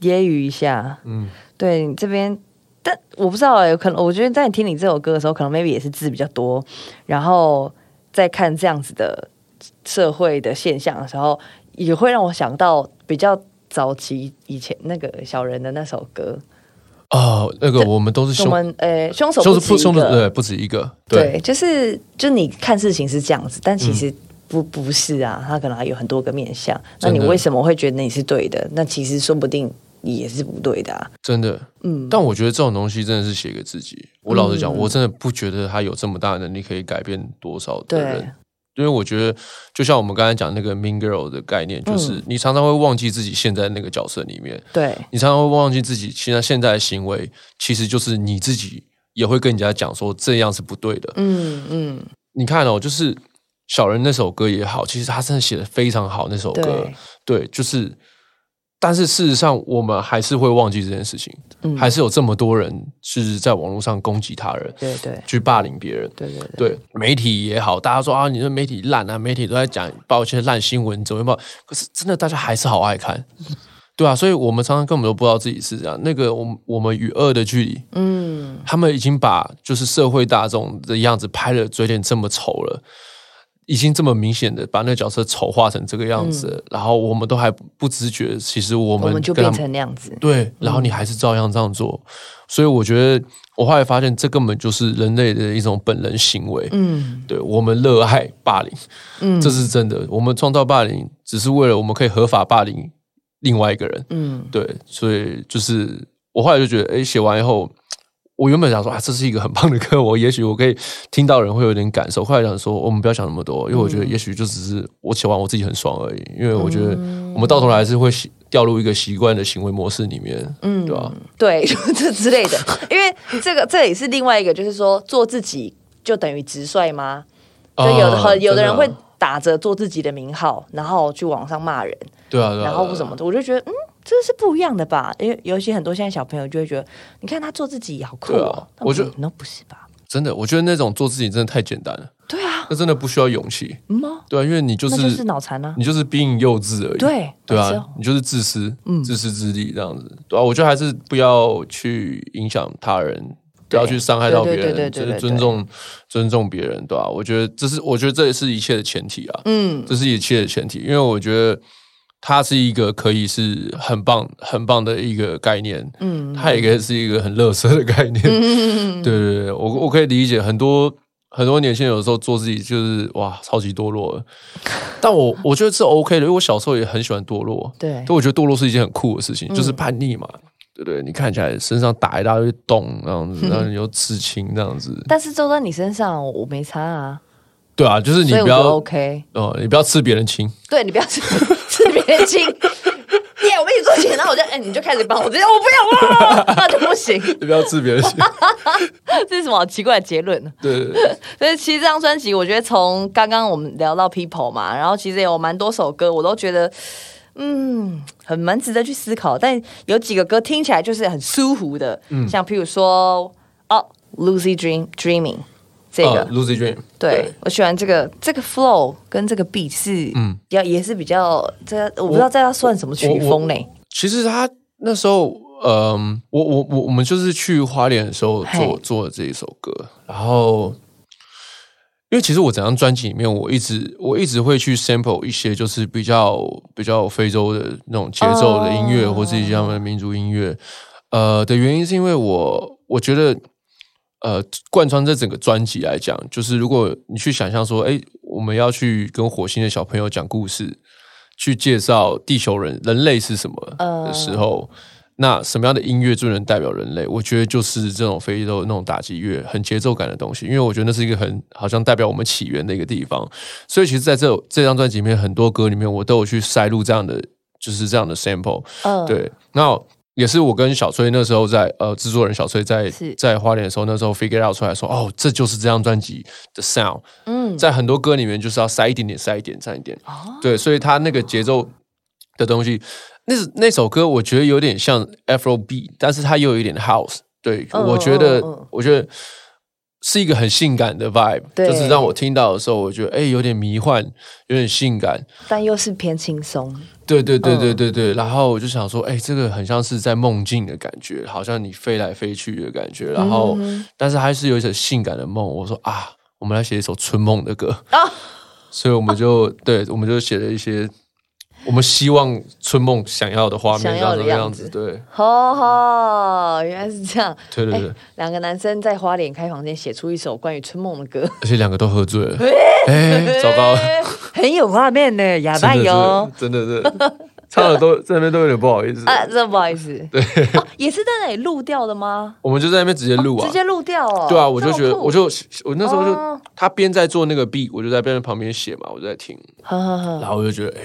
[SPEAKER 1] 揶揄一下，
[SPEAKER 2] 嗯，
[SPEAKER 1] 对你这边，但我不知道哎、有可能我觉得在你听你这首歌的时候，可能 maybe 也是字比较多，然后再看这样子的社会的现象的时候，也会让我想到比较早期以前那个小人的那首歌，
[SPEAKER 2] 哦，那个我们都是
[SPEAKER 1] 我
[SPEAKER 2] 凶，
[SPEAKER 1] 们呃凶手
[SPEAKER 2] 就
[SPEAKER 1] 不
[SPEAKER 2] 是不
[SPEAKER 1] 止一
[SPEAKER 2] 凶
[SPEAKER 1] 个
[SPEAKER 2] 的，对，不止一个，对嗯
[SPEAKER 1] 对，就是就你看事情是这样子，但其实不、不是啊，他可能还有很多个面向。那
[SPEAKER 2] 真的
[SPEAKER 1] 你为什么会觉得你是对的？那其实说不定你也是不对的啊。
[SPEAKER 2] 真的。
[SPEAKER 1] 嗯，
[SPEAKER 2] 但我觉得这种东西真的是写给自己。我老实讲，
[SPEAKER 1] 嗯
[SPEAKER 2] 我真的不觉得他有这么大的能力可以改变多少的
[SPEAKER 1] 对
[SPEAKER 2] 人，，因为我觉得，就像我们刚才讲那个 Mean Girl 的概念，就是
[SPEAKER 1] 嗯
[SPEAKER 2] 你常常会忘记自己现在那个角色里面，
[SPEAKER 1] 对，
[SPEAKER 2] 你常常会忘记自己现在现在的行为，其实就是你自己也会跟人家讲说这样是不对的。
[SPEAKER 1] 嗯嗯，
[SPEAKER 2] 你看哦，就是小人那首歌也好，其实他真的写的非常好，那首歌
[SPEAKER 1] 对，
[SPEAKER 2] 对，就是。但是事实上，我们还是会忘记这件事情，
[SPEAKER 1] 嗯
[SPEAKER 2] 还是有这么多人是在网络上攻击他人，
[SPEAKER 1] 对对
[SPEAKER 2] 去霸凌别人。
[SPEAKER 1] 对对对，
[SPEAKER 2] 对媒体也好，大家说啊，你说媒体烂啊，媒体都在讲报一些烂新闻，怎么报？可是真的，大家还是好爱 看，对啊，所以我们常常根本都不知道自己是这样。那个，我们我们与恶的距离，
[SPEAKER 1] 嗯，
[SPEAKER 2] 他们已经把就是社会大众的样子拍的嘴脸这么丑了，已经这么明显的把那个角色丑化成这个样子了，然后我们都还不知觉，其实我
[SPEAKER 1] 嗯我
[SPEAKER 2] 们
[SPEAKER 1] 们就
[SPEAKER 2] 跟他
[SPEAKER 1] 变
[SPEAKER 2] 们
[SPEAKER 1] 成那样子。
[SPEAKER 2] 对，然后你还是照样这样做，所以我觉得我后来发现，这根本就是人类的一种本能行为。
[SPEAKER 1] 嗯
[SPEAKER 2] 对我们热爱霸凌，
[SPEAKER 1] 嗯
[SPEAKER 2] 这是真的。我们创造霸凌，只是为了我们可以合法霸凌另外一个人。
[SPEAKER 1] 嗯，
[SPEAKER 2] 对，所以就是我后来就觉得，哎，写完以后，我原本想说啊，这是一个很棒的歌，我也许我可以听到人会有点感受。后来想说，哦我们不要想那么多，因为我
[SPEAKER 1] 嗯
[SPEAKER 2] 觉得也许就只是我写完我自己很爽而已。因为我觉得我们到头来还是会习掉入一个习惯的行为模式里面，嗯，对吧、
[SPEAKER 1] 对， 就这之类 的。因为这个这也是另外一个，就是说做自己就等于直率吗？就有的
[SPEAKER 2] 啊
[SPEAKER 1] 很有的人会
[SPEAKER 2] 真啊
[SPEAKER 1] 打着做自己的名号，然后去网上骂人，
[SPEAKER 2] 对啊，对啊
[SPEAKER 1] 然后什么，的，我就觉得嗯，这是不一样的吧？因为尤其很多现在小朋友就会觉得，你看他做自己好酷
[SPEAKER 2] 对
[SPEAKER 1] 哦
[SPEAKER 2] 啊，
[SPEAKER 1] 那
[SPEAKER 2] 我觉得
[SPEAKER 1] 可能不是吧？
[SPEAKER 2] 真的，我觉得那种做自己真的太简单了，
[SPEAKER 1] 对啊，
[SPEAKER 2] 那真的不需要勇气，
[SPEAKER 1] 嗯哦，
[SPEAKER 2] 对啊，因为你就
[SPEAKER 1] 那
[SPEAKER 2] 是
[SPEAKER 1] 就是脑残啊，
[SPEAKER 2] 你就是兵幼稚而已，
[SPEAKER 1] 对没
[SPEAKER 2] 对啊
[SPEAKER 1] 错，
[SPEAKER 2] 你就是自私，
[SPEAKER 1] 嗯
[SPEAKER 2] 自私自利这样子，对啊，我觉得还是不要去影响他人。不
[SPEAKER 1] 对
[SPEAKER 2] 要去伤害到别
[SPEAKER 1] 对对对
[SPEAKER 2] 人，
[SPEAKER 1] 对
[SPEAKER 2] 就是
[SPEAKER 1] 对
[SPEAKER 2] 尊重尊重别人，对吧、啊我觉得这是我觉得这也是一切的前提啊，
[SPEAKER 1] 嗯，
[SPEAKER 2] 这是一切的前提，因为我觉得它是一个可以是很棒很棒的一个概念，嗯，它也可以是一个很垃圾的概 念，对对对，我我可以理解很多很多年轻人有时候做自己就是哇超级堕落了，但我我觉得是 OK 的，因为我小时候也很喜欢堕落，
[SPEAKER 1] 对嗯
[SPEAKER 2] 但我觉得堕落是一件很酷的事情，就是叛逆嘛。对不对？你看起来身上打一大堆洞，这 样子，然后你又刺青，这样子，
[SPEAKER 1] 但是做在你身上，我没差啊，
[SPEAKER 2] 对啊，就是你
[SPEAKER 1] 所以我
[SPEAKER 2] 不
[SPEAKER 1] 觉得
[SPEAKER 2] 要，
[SPEAKER 1] OK。
[SPEAKER 2] 哦，你不要刺别人青，
[SPEAKER 1] 对你不 要吃吃别人 亲。耶、我们一起做钱，然后我就哎、你就开始帮我，我直接我不要，哇那就不行。
[SPEAKER 2] 你不要刺别人青。
[SPEAKER 1] 这是什么好奇怪的结论呢？
[SPEAKER 2] 对对对，
[SPEAKER 1] 所以其实这张专辑，我觉得从刚刚我们聊到 People 嘛，然后其实有蛮多首歌，我都觉得嗯，很蛮值得去思考。但有几个歌听起来就是很舒服的，像譬如说哦，Lucy Dream Dreaming 这个，
[SPEAKER 2] 啊 Lucy Dream，
[SPEAKER 1] 对，我喜欢这个这个 flow 跟这个 beat 是，嗯，要也是比较这，我不知道这要算什么曲风嘞。
[SPEAKER 2] 其实他那时候，嗯，我我我我们就是去花莲的时候
[SPEAKER 1] 嘿
[SPEAKER 2] 做做的这一首歌，然后。因为其实我整张专辑里面，我一直我一直会去 sample 一些就是比较比较非洲的那种节奏的音乐，
[SPEAKER 1] 哦
[SPEAKER 2] 或是一些他们的民族音乐。呃，的原因是因为我我觉得呃，贯穿这整个专辑来讲，就是如果你去想象说，哎，我们要去跟火星的小
[SPEAKER 1] 呃
[SPEAKER 2] 朋友讲故事，去介绍地球人人类是什么的时候，那什么样的音乐最能代表人类？我觉得就是这种非洲那种打击乐，很节奏感的东西，因为我觉得那是一个很好像代表我们起源的一个地方。所以其实在这这张专辑里面，很多歌里面我都有去塞入这样的，就是这样的 sample。
[SPEAKER 1] 嗯，
[SPEAKER 2] 对，那也是我跟小崔那时候在呃，制作人小崔在
[SPEAKER 1] 是
[SPEAKER 2] 在花莲的时候，那时候 figure out 出来说，哦，这就是这张专辑的 sound，
[SPEAKER 1] 嗯，
[SPEAKER 2] 在很多歌里面就是要塞一点点，塞一点，塞一点，
[SPEAKER 1] 哦，
[SPEAKER 2] 对，所以他那个节奏的东西，那那首歌我觉得有点像 Afro B，但是它又有一点 House，对、
[SPEAKER 1] 嗯
[SPEAKER 2] 我觉得
[SPEAKER 1] 嗯嗯嗯
[SPEAKER 2] 我觉得是一个很性感的 vibe，
[SPEAKER 1] 对
[SPEAKER 2] 就是让我听到的时候，我觉得哎、有点迷幻，有点性感，
[SPEAKER 1] 但又是偏轻松，
[SPEAKER 2] 对对对对
[SPEAKER 1] 嗯
[SPEAKER 2] 对对，然后我就想说，哎、这个很像是在梦境的感觉，好像你飞来飞去的感觉，然后、但是还是有一些性感的梦。我说啊，我们来写一首春梦的歌
[SPEAKER 1] 啊
[SPEAKER 2] 所以我们就、对，我们就写了一些我们希望春梦想要的画
[SPEAKER 1] 想
[SPEAKER 2] 面
[SPEAKER 1] 要
[SPEAKER 2] 长
[SPEAKER 1] 的
[SPEAKER 2] 什么样
[SPEAKER 1] 样
[SPEAKER 2] 子，
[SPEAKER 1] 子
[SPEAKER 2] 对
[SPEAKER 1] 吼吼，原来是这样。哎
[SPEAKER 2] 对对对，
[SPEAKER 1] 两个男生在花莲开房间写出一首关于春梦的 歌，
[SPEAKER 2] 而且两个都喝醉了，哎、糟糕，
[SPEAKER 1] 很有画面呢，哑巴
[SPEAKER 2] 真
[SPEAKER 1] 哟
[SPEAKER 2] 的。是真的是唱的都在那边都有点不好意思，
[SPEAKER 1] 啊，这不好意思，对，也是在那里录掉的吗？
[SPEAKER 2] 我们就在那边直接录啊，
[SPEAKER 1] 直接录掉哦。
[SPEAKER 2] 对啊，我就
[SPEAKER 1] 这么
[SPEAKER 2] 觉得，
[SPEAKER 1] 酷
[SPEAKER 2] 我就我那时候就、
[SPEAKER 1] 哦
[SPEAKER 2] 他边在做那个 B，我就在边旁边写嘛，我就在听，
[SPEAKER 1] 呵呵呵
[SPEAKER 2] 然后我就觉得，哎、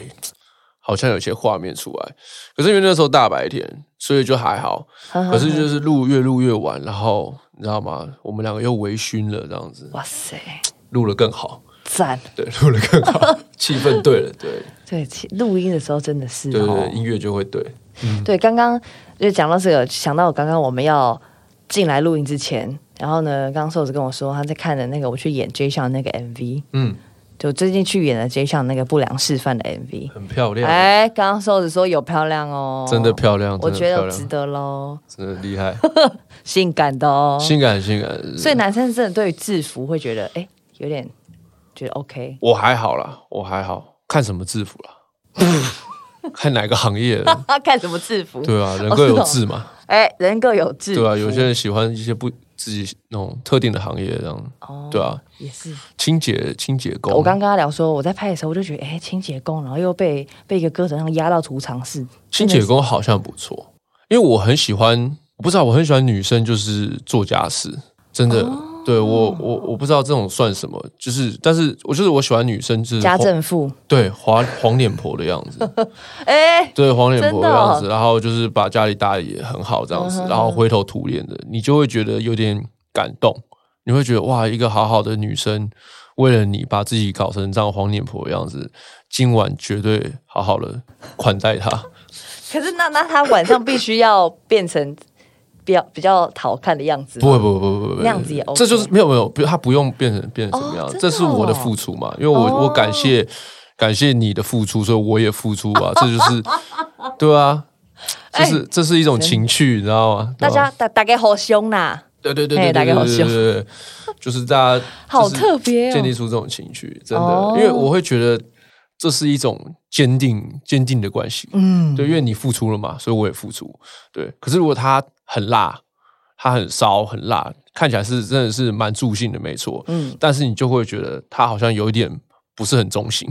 [SPEAKER 2] 好像有些画面出来。可是因为那时候大白天，所以就还好。
[SPEAKER 1] 呵呵
[SPEAKER 2] 可是就是录越录越晚，然后你知道吗？我们两个又微醺了，这样子
[SPEAKER 1] 哇塞，
[SPEAKER 2] 录了更好，
[SPEAKER 1] 赞！
[SPEAKER 2] 对，录了更好， 气氛对了，对
[SPEAKER 1] 对，其录音的时候真的是
[SPEAKER 2] 对对
[SPEAKER 1] 哦
[SPEAKER 2] 对，，音乐就会对。
[SPEAKER 1] 对，刚刚就讲到这个，想到我刚刚我们要进来录音之前，然后呢，刚刚瘦子跟我说他在看的那个我去演 J 项那个 MV，
[SPEAKER 2] 嗯，
[SPEAKER 1] 就最近去演了 J 项那个不良示范的 MV。
[SPEAKER 2] 很漂亮，
[SPEAKER 1] 哎，刚刚瘦子说有漂亮哦，
[SPEAKER 2] 啊真的漂亮，
[SPEAKER 1] 我
[SPEAKER 2] 真的
[SPEAKER 1] 觉
[SPEAKER 2] 漂
[SPEAKER 1] 得值
[SPEAKER 2] 亮，
[SPEAKER 1] 得喽，
[SPEAKER 2] 真的厉害，
[SPEAKER 1] 性感的哦。
[SPEAKER 2] 性感性感。
[SPEAKER 1] 所以男生真的对于制服会觉得，哎，有点觉得 OK。
[SPEAKER 2] 我还好啦，我还好，看什么制服啦？看哪个行业 的？
[SPEAKER 1] 啊，看什么制服？
[SPEAKER 2] 对啊，人
[SPEAKER 1] 哦
[SPEAKER 2] 各
[SPEAKER 1] 是
[SPEAKER 2] 有
[SPEAKER 1] 哦
[SPEAKER 2] 志嘛，
[SPEAKER 1] 哎，人各有志。
[SPEAKER 2] 对啊，有些人喜欢一些不自己那种特定的行业，这样，
[SPEAKER 1] 哦
[SPEAKER 2] 对啊，
[SPEAKER 1] 也是。
[SPEAKER 2] 清洁清洁工，
[SPEAKER 1] 我刚跟他聊说，我在拍的时候，我就觉得，哎、清洁工，然后又被被一个歌手上压到储藏室，
[SPEAKER 2] 清洁工好像不错，因为我很喜欢，我不知道我很喜欢女生就是做家事，真的，对我我我不知道这种算什么，就是但是我就是我喜欢女生就是哦
[SPEAKER 1] 家
[SPEAKER 2] 黄
[SPEAKER 1] 政妇，
[SPEAKER 2] 对黄黄脸婆的样子，
[SPEAKER 1] 哎、
[SPEAKER 2] 对黄脸
[SPEAKER 1] 真
[SPEAKER 2] 婆
[SPEAKER 1] 的
[SPEAKER 2] 的
[SPEAKER 1] 哦嗯
[SPEAKER 2] 样子，然后就是把家里打理得很好这样子，然后灰头土脸的，你就会觉得有点感动，你会觉得哇，一个好好的女生，为了你把自己搞成这样黄脸婆的样子，今晚绝对好好的款待她。
[SPEAKER 1] 嗯可是那那他晚上必须要变成比较比较好看的样子，
[SPEAKER 2] 不会，不会，不会，不会，
[SPEAKER 1] 那样子也 OK
[SPEAKER 2] 这就是没有没有，不，她不用变成变成什么样，
[SPEAKER 1] 哦真的
[SPEAKER 2] 这是我的付出嘛，因为我、我感谢感谢你的付出，所以我也付出啊，这就是 对啊。这是、这是一种情趣，你知道吗？
[SPEAKER 1] 哎大
[SPEAKER 2] 对啊吧
[SPEAKER 1] 家大大概好凶啦，
[SPEAKER 2] 对对对
[SPEAKER 1] 嘿
[SPEAKER 2] 对对
[SPEAKER 1] 大
[SPEAKER 2] 对
[SPEAKER 1] 家好
[SPEAKER 2] 对对对，对就是大家
[SPEAKER 1] 好
[SPEAKER 2] 就是
[SPEAKER 1] 特别
[SPEAKER 2] 建立
[SPEAKER 1] 哦，
[SPEAKER 2] 出这种情绪，真
[SPEAKER 1] 哦
[SPEAKER 2] 的，因为我会觉得这是一种坚定坚定的关系，
[SPEAKER 1] 嗯，
[SPEAKER 2] 对，因为你付出了嘛，所以我也付出，对。可是如果他很辣，他很骚很辣，看起来是真的是蛮助兴的，没错，
[SPEAKER 1] 嗯
[SPEAKER 2] 嗯，但是你就会觉得他好像有一点不是很中性，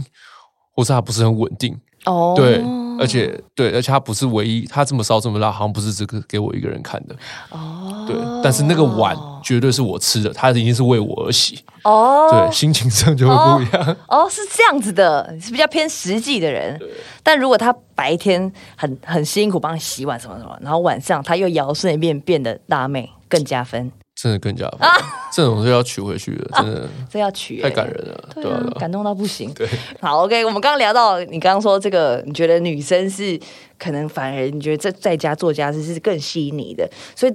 [SPEAKER 2] 或是他不是很稳定，
[SPEAKER 1] 哦，
[SPEAKER 2] 对，而且对，而且他不是唯一，他这么骚这么辣，好像不是只给给我一个人看的。
[SPEAKER 1] 哦，
[SPEAKER 2] 对，但是那个碗绝对是我吃的，它一定是为我而洗，
[SPEAKER 1] 哦
[SPEAKER 2] 对，，心情上就会不一样。
[SPEAKER 1] 哦，是这样子的，你是比较偏实际的人。但如果他白天很很辛苦帮你洗碗什么什么，然后晚上他又摇身一变变得辣妹，更加分，
[SPEAKER 2] 真的更加
[SPEAKER 1] 啊
[SPEAKER 2] 分， 这种是要娶回去的，真的
[SPEAKER 1] 这要取悦
[SPEAKER 2] 太感。人了，
[SPEAKER 1] 哦对
[SPEAKER 2] 对啊
[SPEAKER 1] 啊，
[SPEAKER 2] 对啊，
[SPEAKER 1] 感动到不行。
[SPEAKER 2] 对，
[SPEAKER 1] 好，OK，我们刚刚聊到你刚刚说这个，你觉得女生是可能反而你觉得在在家做家事是更吸引你的，所以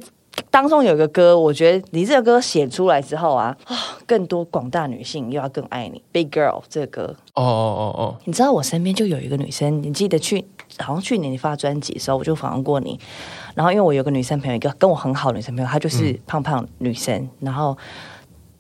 [SPEAKER 1] 当中有一个歌，我觉得你这个歌写出来之后啊，啊，更多广大女性又要更爱你，Big Girl 这个歌，
[SPEAKER 2] 哦哦哦哦，
[SPEAKER 1] 你知道我身边就有一个女生，你记得去好像去年你发专辑的时候，我就访问过你。然后因为我有个女生朋友，一个跟我很好的女生朋友，她
[SPEAKER 2] 嗯
[SPEAKER 1] 就是胖胖女生。然后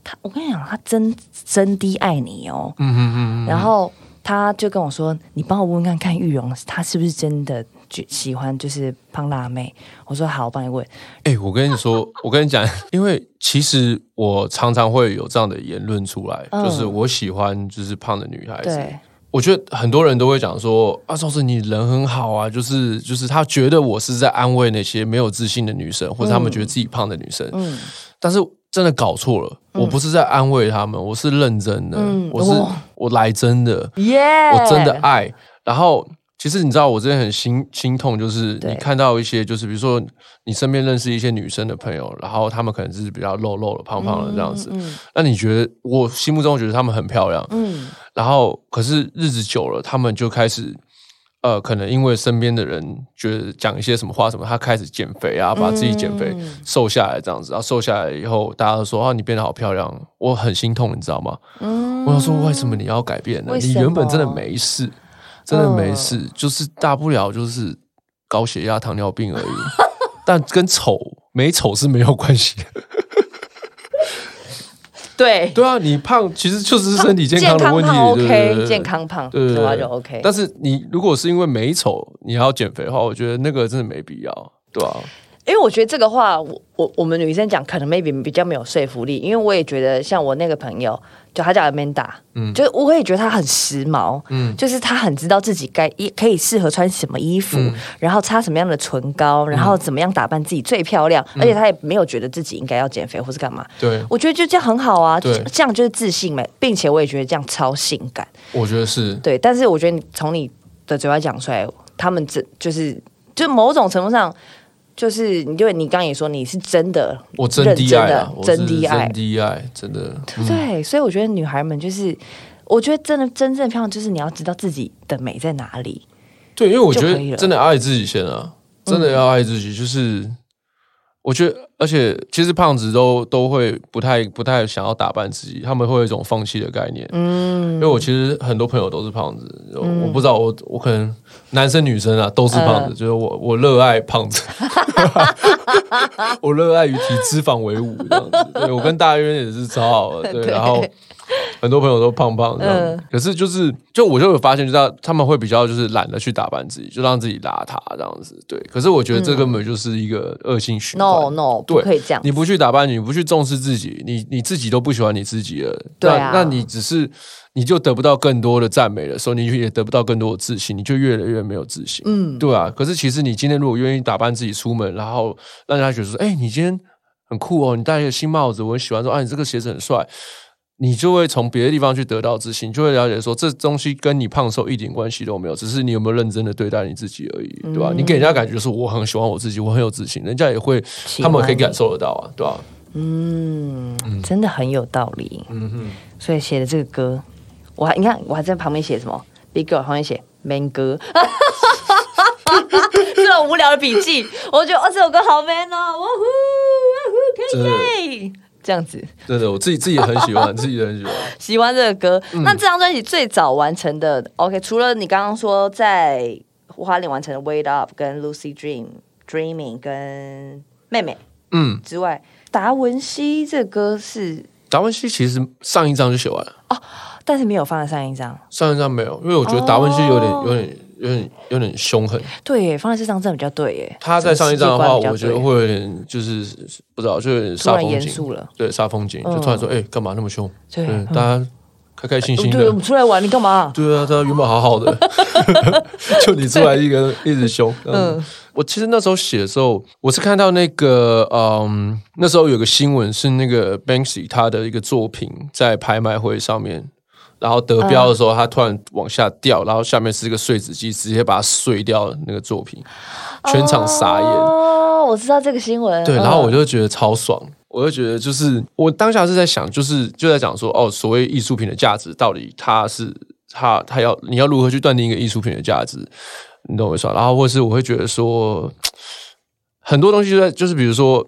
[SPEAKER 1] 她，我跟你讲，她真真的爱你哦。
[SPEAKER 2] 嗯嗯嗯嗯，
[SPEAKER 1] 然后她就跟我说：“你帮我问问看看玉荣，她是不是真的就喜欢就是胖辣妹？”我说：“好，我帮你问。
[SPEAKER 2] 哎，我跟你说，我跟你讲，因为其实我常常会有这样的言论出来，
[SPEAKER 1] 嗯
[SPEAKER 2] 就是我喜欢就是胖的女孩子
[SPEAKER 1] 对，
[SPEAKER 2] 我觉得很多人都会讲说啊，赵子你人很好啊，就是就是他觉得我是在安慰那些没有自信的女生，或者他们觉得自己胖的女生，
[SPEAKER 1] 嗯
[SPEAKER 2] 但是真的搞错了，我不是在安慰他们，我是认真的，
[SPEAKER 1] 嗯
[SPEAKER 2] 我是
[SPEAKER 1] 哇
[SPEAKER 2] 我来真的，
[SPEAKER 1] 耶
[SPEAKER 2] 我真的爱。然后，其实你知道，我之前很心心痛，就是
[SPEAKER 1] 对
[SPEAKER 2] 你看到一些，就是比如说你身边认识一些女生的朋友，然后她们可能就是比较肉肉的、胖胖的这样子。
[SPEAKER 1] 嗯
[SPEAKER 2] 那你觉得，我心目中觉得她们很漂亮，
[SPEAKER 1] 嗯
[SPEAKER 2] 然后可是日子久了，她们就开始。呃，可能因为身边的人觉得讲一些什么话什么，她开始减肥啊，把自己减肥、
[SPEAKER 1] 嗯
[SPEAKER 2] 瘦下来这样子，然后瘦下来以后，大家都说啊，你变得好漂亮，我很心痛，你知道吗？
[SPEAKER 1] 嗯
[SPEAKER 2] 我想说，为什么你要改变呢？
[SPEAKER 1] 为什
[SPEAKER 2] 你
[SPEAKER 1] 么嗯
[SPEAKER 2] 原本真的没事，真的没事，就是大不了就是高血压、糖尿病而已， 但跟丑没丑是没有关系的。
[SPEAKER 1] 对
[SPEAKER 2] 对啊，你胖其实就是身体健康的问题，
[SPEAKER 1] 胖
[SPEAKER 2] 对对对
[SPEAKER 1] OK，
[SPEAKER 2] 对
[SPEAKER 1] 健康胖
[SPEAKER 2] 对对
[SPEAKER 1] 的话
[SPEAKER 2] 对
[SPEAKER 1] 就 OK。
[SPEAKER 2] 但是你如果是因为美丑你要减肥的话，我觉得那个真的没必要，对啊，
[SPEAKER 1] 因为我觉得这个话，我我我们女生讲可能 maybe 比较没有说服力，因为我也觉得像我那个朋友，就她叫 Amanda，嗯，就是我也觉得她很时髦，嗯，就是她很知道自己该一可以适合穿什么衣服，然后擦什么样的唇膏，然后怎么样打扮自己最漂亮，而且她也没有觉得自己应该要减肥或是干嘛，
[SPEAKER 2] 对，
[SPEAKER 1] 我觉得就这样很好啊，
[SPEAKER 2] 对
[SPEAKER 1] 这样就是自信美，并且我也觉得这样超性感，
[SPEAKER 2] 我觉得是
[SPEAKER 1] 对，但是我觉得你从你的嘴巴讲出来，他们真就是就某种程度上，就是你就你刚刚也说你是真的，
[SPEAKER 2] 我真
[SPEAKER 1] 认
[SPEAKER 2] 低爱
[SPEAKER 1] 的
[SPEAKER 2] 啊，我
[SPEAKER 1] 真
[SPEAKER 2] 是
[SPEAKER 1] 低爱
[SPEAKER 2] 真，低嗯爱，真的，
[SPEAKER 1] 对不对？所以我觉得女孩们就是，我觉得真的真正漂亮就是你要知道自己的美在哪里，
[SPEAKER 2] 对，因为我觉
[SPEAKER 1] 就可以
[SPEAKER 2] 得
[SPEAKER 1] 了嗯
[SPEAKER 2] 真的爱自己先啊，真的要爱自己。就是我觉得，而且其实胖子都都会不太不太想要打扮自己，他们会有一种放弃的概念。
[SPEAKER 1] 嗯
[SPEAKER 2] 因为我其实很多朋友都是胖子，我我不知道我我可能男生女生啊都是
[SPEAKER 1] 呃
[SPEAKER 2] 胖子，就是我我热爱 胖子，我热爱与体脂肪为伍这样子。对我跟大渊也是超好 的，对，
[SPEAKER 1] 对
[SPEAKER 2] 然后很多朋友都胖胖这样子，
[SPEAKER 1] 嗯
[SPEAKER 2] 可是就是就我就有发现，就是他们会比较就是懒得去打扮自己，就让自己邋遢这样子。对，可是我觉得这根本就是一个恶性循环。
[SPEAKER 1] ，no no，不
[SPEAKER 2] 对
[SPEAKER 1] 可以这样，
[SPEAKER 2] 你不去打扮，你不去重视自己，你你自己都不喜欢你自己了，
[SPEAKER 1] 对啊
[SPEAKER 2] 那那你只是你就得不到更多的赞美的时候，你就也得不到更多的自信，你就越来越没有自信，嗯，对啊。可是其实你今天如果愿意打扮自己出门，然后让人家觉得说，哎、你今天很酷哦，你戴一个新帽子，我很喜欢说，啊，你这个鞋子很帅。你就会从别的地方去得到自信，你就会了解说这东西跟你胖瘦一点关系都没有，只是你有没有认真的对待你自己而已，对吧？你给人家感觉就是我很喜欢我自己，我很有自信，人家也会
[SPEAKER 1] 喜
[SPEAKER 2] 他
[SPEAKER 1] 欢
[SPEAKER 2] 们可以感受得到啊，对吧、
[SPEAKER 1] 嗯，真的很有道理，嗯所以写的这个歌，我还你看我还在旁边写什么，Big Girl 旁边写 Man 歌。 这种无聊的笔记，我觉得哦，这首歌好 man 哦，哇呼哇呼，可以耶，这样子
[SPEAKER 2] 真的，我自己自己也很喜欢，自己也很喜欢。
[SPEAKER 1] 喜欢这个歌。那这张专辑最早完成的，OK，除了你刚刚说在花莲完成的《Wait Up》跟《Lucy Dream》、《Dreaming》跟妹妹
[SPEAKER 2] 嗯，
[SPEAKER 1] 之外，达文西这歌是，
[SPEAKER 2] 达文西其实上一张就写完了，
[SPEAKER 1] 但是没有放在上一张。
[SPEAKER 2] 上一张没有，因为我觉得达文西有点、
[SPEAKER 1] 哦
[SPEAKER 2] 有点、有点、有点凶狠。
[SPEAKER 1] 对耶，放在这张真的比较对耶。
[SPEAKER 2] 他在上一张的话，
[SPEAKER 1] 整个
[SPEAKER 2] 我
[SPEAKER 1] 世界观比较
[SPEAKER 2] 觉
[SPEAKER 1] 对
[SPEAKER 2] 得会有点就是不知道，就有点
[SPEAKER 1] 突
[SPEAKER 2] 煞
[SPEAKER 1] 然
[SPEAKER 2] 风
[SPEAKER 1] 严
[SPEAKER 2] 景。
[SPEAKER 1] 肃了。嗯
[SPEAKER 2] 对，煞风景，就突然说，哎、干嘛那么凶？
[SPEAKER 1] 对
[SPEAKER 2] 嗯
[SPEAKER 1] 嗯
[SPEAKER 2] 大家开开心心
[SPEAKER 1] 哦对，我
[SPEAKER 2] 的
[SPEAKER 1] 们。出来玩，你干嘛？
[SPEAKER 2] 对啊，大家原本好好 的，就你出来一个人一直凶。嗯，我其实那时候写的时候，我是看到那个，嗯，那时候有个新闻是那个 Banksy 他的一个作品在拍卖会上面，然后得标的时候，他突然往下掉，然后下面是一个碎纸机，直接把它碎掉的那个作品，全场傻眼。
[SPEAKER 1] 哦，我知道这个新闻。
[SPEAKER 2] 对，
[SPEAKER 1] 嗯
[SPEAKER 2] 然后我就觉得超爽，我就觉得就是我当下是在想，就是就在讲说，哦，所谓艺术品的价值到底它是它它要你要如何去断定一个艺术品的价值，你懂我意思吧？然后或是我会觉得说，很多东西就在就是比如说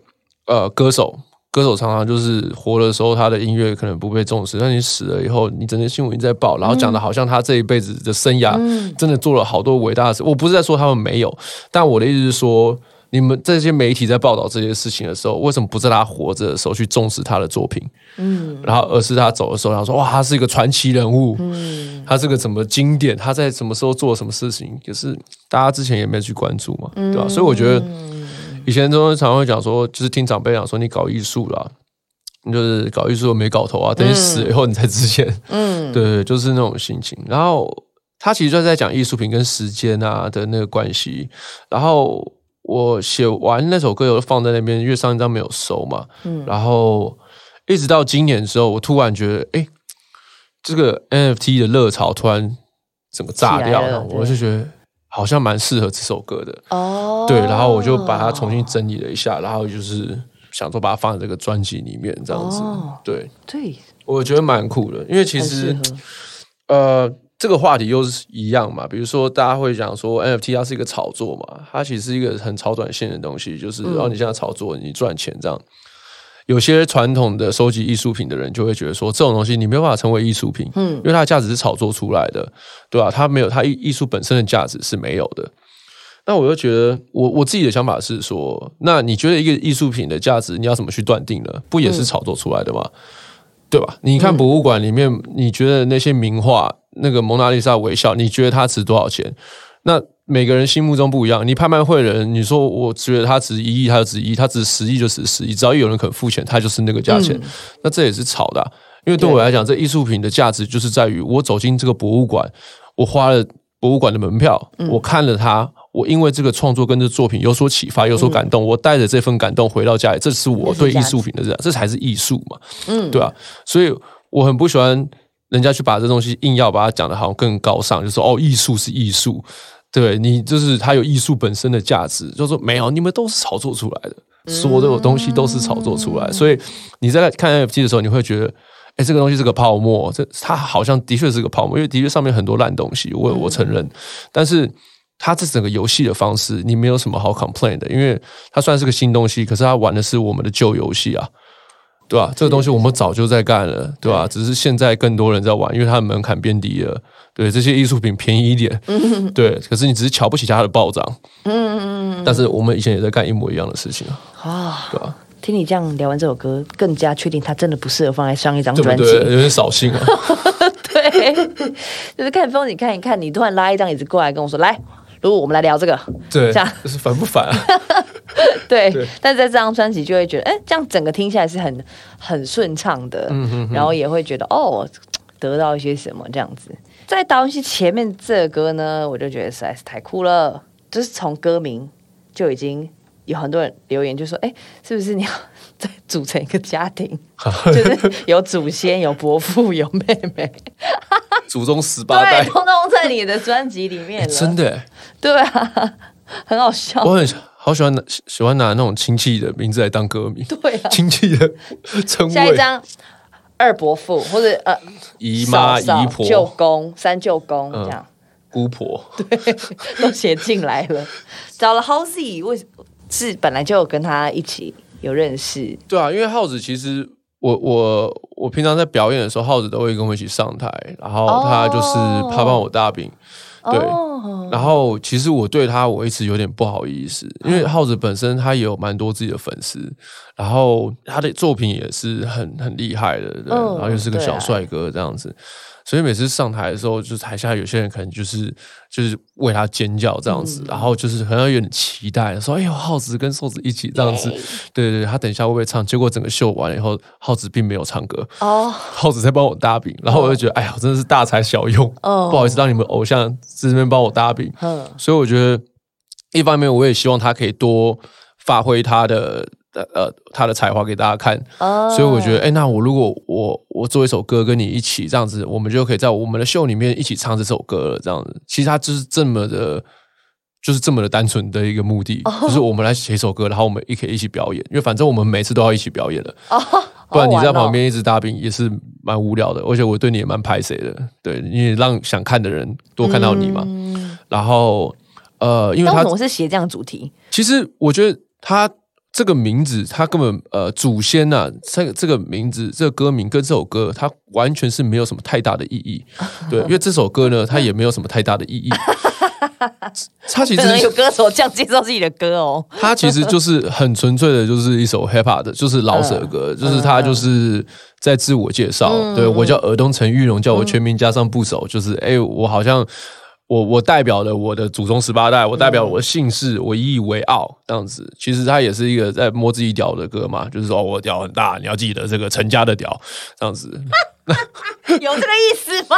[SPEAKER 2] 呃，歌手。歌手常常就是活的时候，他的音乐可能不被重视，但你死了以后，你整天新闻一直在报，然后讲的好像他这一辈子的生涯真的做了好多伟大的事。我不是在说他们没有，但我的意思是说，你们这些媒体在报道这些事情的时候，为什么不在他活着的时候去重视他的作品？嗯，然后而是他走的时候，然后说哇，他是一个传奇人物，嗯，他是个什么经典，他在什么时候做了什么事情，可是大家之前也没有去关注嘛，对吧？所以我觉得以前都常常会讲说，就是听长辈讲说，你搞艺术啦。你就是
[SPEAKER 1] 嗯
[SPEAKER 2] 嗯搞艺术没搞头啊，等你死了以后你才值钱。嗯，对对，就是那种心情。然后它其实就是在讲艺术品跟时间啊的那个关系。然后我写完那首歌，有放在那边，因为上一张没有收嘛。
[SPEAKER 1] 嗯
[SPEAKER 2] 然后一直到今年之后，我突然觉得，哎，这个 NFT 的热潮突然整个炸
[SPEAKER 1] 起来
[SPEAKER 2] 掉
[SPEAKER 1] 了对
[SPEAKER 2] 我就觉得好像蛮适合这首歌的。
[SPEAKER 1] 哦，
[SPEAKER 2] 对，然后我就把它重新整理了一下，然后就是想说把它放在这个专辑里面，这样子。
[SPEAKER 1] 哦
[SPEAKER 2] 对，
[SPEAKER 1] 对，
[SPEAKER 2] 我觉得蛮酷的，因为其
[SPEAKER 1] 很
[SPEAKER 2] 实
[SPEAKER 1] 适合
[SPEAKER 2] 呃，这个话题又是一样嘛。比如说，大家会讲说 NFT 它是一个炒作嘛，它其实是一个很超短线的东西，就是哦，你现在炒作，你赚钱这样。有些传统的收集艺术品的人就会觉得说，这种东西你没有办法成为艺术品，嗯，因为它的价值是炒作出来的，对吧、它没有它艺艺术本身的价值是没有的。那我就觉得，我我自己的想法是说，那你觉得一个艺术品的价值，你要怎么去断定呢？不也是炒作出来的吗？对吧？你看博物馆里面，你觉得那些名画，那个蒙娜丽莎微笑，你觉得它值多少钱？那每个人心目中不一样。你拍卖会的人，你说我觉得它值一亿，它就值一亿；它值十亿就值十亿。只要有人肯付钱，它就是那个价钱。那这也是炒的啊、因为对我来讲，这艺术品的价值就是在于我走进这个博物馆，我花了博物馆的门票，我看了它。我因为这个创作跟这作品有所启发，有所感动，我带着这份感动回到家嗯里，这是我对艺术品的认，这才是艺术嘛。
[SPEAKER 1] 嗯
[SPEAKER 2] 对啊，所以我很不喜欢人家去把这东西硬要把它讲的好像更高尚，就说哦，艺术是艺术，对你就是它有艺术本身的价值，就说没有，你们都是炒作出来的，所有东西都是炒作出来，所以你在看 NFT 的时候，你会觉得。哎，这个东西是个泡沫，这它好像的确是个泡沫，因为的确上面很多烂东西，我我承认。但是它这整个游戏的方式，你没有什么好 complain 的，因为它虽然是个新东西，可是它玩的是我们的旧游戏啊，对
[SPEAKER 1] 嗯
[SPEAKER 2] 吧、这个东西我们早就在干了，对吧、只是现在更多人在玩，因为它的门槛变低了，对这些艺术品便宜一点，
[SPEAKER 1] 嗯
[SPEAKER 2] 对。可是你只是瞧不起它的暴涨，嗯嗯嗯。但是我们以前也在干一模一样的事情啊，
[SPEAKER 1] 啊。
[SPEAKER 2] 对吧、
[SPEAKER 1] 听你这样聊完这首歌，更加确定它真的不适合放在上一张
[SPEAKER 2] 对不
[SPEAKER 1] 专辑。
[SPEAKER 2] 对？有点扫兴 啊。
[SPEAKER 1] 对，就是看风景看一看，你突然拉一张椅子过来跟我说：“来，如果我们来聊这个。”
[SPEAKER 2] 对，
[SPEAKER 1] 这样
[SPEAKER 2] 就是烦不 烦啊？
[SPEAKER 1] 对，
[SPEAKER 2] 对
[SPEAKER 1] 但是在这张专辑就会觉得，哎、这样整个听下来是很很顺畅的，
[SPEAKER 2] 嗯
[SPEAKER 1] 然后也会觉得哦，得到一些什么这样子。在达文西前面这个歌呢，我就觉得实在是太酷了，就是从歌名就已经有很多人留言就说，哎、是不是你要再组成一个家 庭，就是有祖先、有伯父、有妹妹，
[SPEAKER 2] 祖宗十 八代
[SPEAKER 1] 对，，通通在你的专辑里面了，
[SPEAKER 2] 真的欸、
[SPEAKER 1] 对啊，很好笑，
[SPEAKER 2] 我很好喜欢拿喜喜欢拿那种亲戚的名字来当歌名，
[SPEAKER 1] 对啊。
[SPEAKER 2] 亲戚的称
[SPEAKER 1] 下一
[SPEAKER 2] 谓，
[SPEAKER 1] 张二伯父或者呃
[SPEAKER 2] 姨妈、
[SPEAKER 1] 嫂嫂
[SPEAKER 2] 姨
[SPEAKER 1] 舅
[SPEAKER 2] 婆、嗯
[SPEAKER 1] 公、三舅公这样、
[SPEAKER 2] 姑婆，
[SPEAKER 1] 都写进来了。找了 Halsey，为什是本来就有跟他一起有认识，
[SPEAKER 2] 对啊，因为耗子其实我我我平常在表演的时候，耗子都会跟我一起上台，然后
[SPEAKER 1] 哦
[SPEAKER 2] 他就是他帮我大饼，对。
[SPEAKER 1] 哦，
[SPEAKER 2] 然后其实我对他，我一直有点不好意思，因为耗子本身他也有蛮多自己的粉丝，然后他的作品也是很很厉害的，对，
[SPEAKER 1] 嗯
[SPEAKER 2] 然后又是个
[SPEAKER 1] 对啊
[SPEAKER 2] 小帅哥这样子，所以每次上台的时候，就是台下有些人可能就是就是为他尖叫这样子，然后就是好像有点期待，说哎呦，耗子跟瘦子一起这样子，对对对，他等一下会不会唱？结果整个秀完了以后，耗子并没有唱歌，
[SPEAKER 1] 哦，
[SPEAKER 2] 耗子在帮我搭饼，然后我就觉得，哎呀，我真的是大材小用，
[SPEAKER 1] 哦
[SPEAKER 2] 不好意思让你们偶像在这边帮我搭饼，
[SPEAKER 1] 嗯，
[SPEAKER 2] 所以我觉得一方面我也希望他可以多发挥他的呃呃他的才华给大家看，
[SPEAKER 1] 哦
[SPEAKER 2] 所以我觉得，哎、那我如果我我做一首歌跟你一起这样子，我们就可以在我们的秀里面一起唱这首歌了。这样子，其实它就是这么的，就是这么的单纯的一个目的，就是我们来写一首歌，然后我们也可以一起表演，因为反正我们每次都要一起表演的，
[SPEAKER 1] 哦，
[SPEAKER 2] 不然你
[SPEAKER 1] 好玩
[SPEAKER 2] 在
[SPEAKER 1] 哦
[SPEAKER 2] 旁边一直搭饼也是蛮无聊的，而且我对你也蛮排斥的，对，你也让想看的人多看到你嘛。然后，呃，因
[SPEAKER 1] 那
[SPEAKER 2] 为
[SPEAKER 1] 为
[SPEAKER 2] 他
[SPEAKER 1] 什么是写这样主题？
[SPEAKER 2] 其实我觉得他这个名字，他根本呃祖先呐、这个这个名字，这个歌名跟这首歌，它完全是没有什么太大的意义。对，因为这首歌呢，它也没有什么太大的意义。它其
[SPEAKER 1] 可能有
[SPEAKER 2] 实
[SPEAKER 1] 歌手这样介绍自己的歌 哦，
[SPEAKER 2] 它其实就是很纯粹的，就是一首 hip hop 的，就是老舍歌，就是他就是在自我介绍。对我叫尔东陈玉荣，叫我全名加上部首，就是哎、我好像。我我代表了我的祖宗十八代，我代表我的姓氏，我引以为傲，这样子。其实它也是一个在摸自己屌的歌嘛，就是说、哦我屌很大，你要记得这个陈家的屌，这样子。
[SPEAKER 1] 有这个意思吗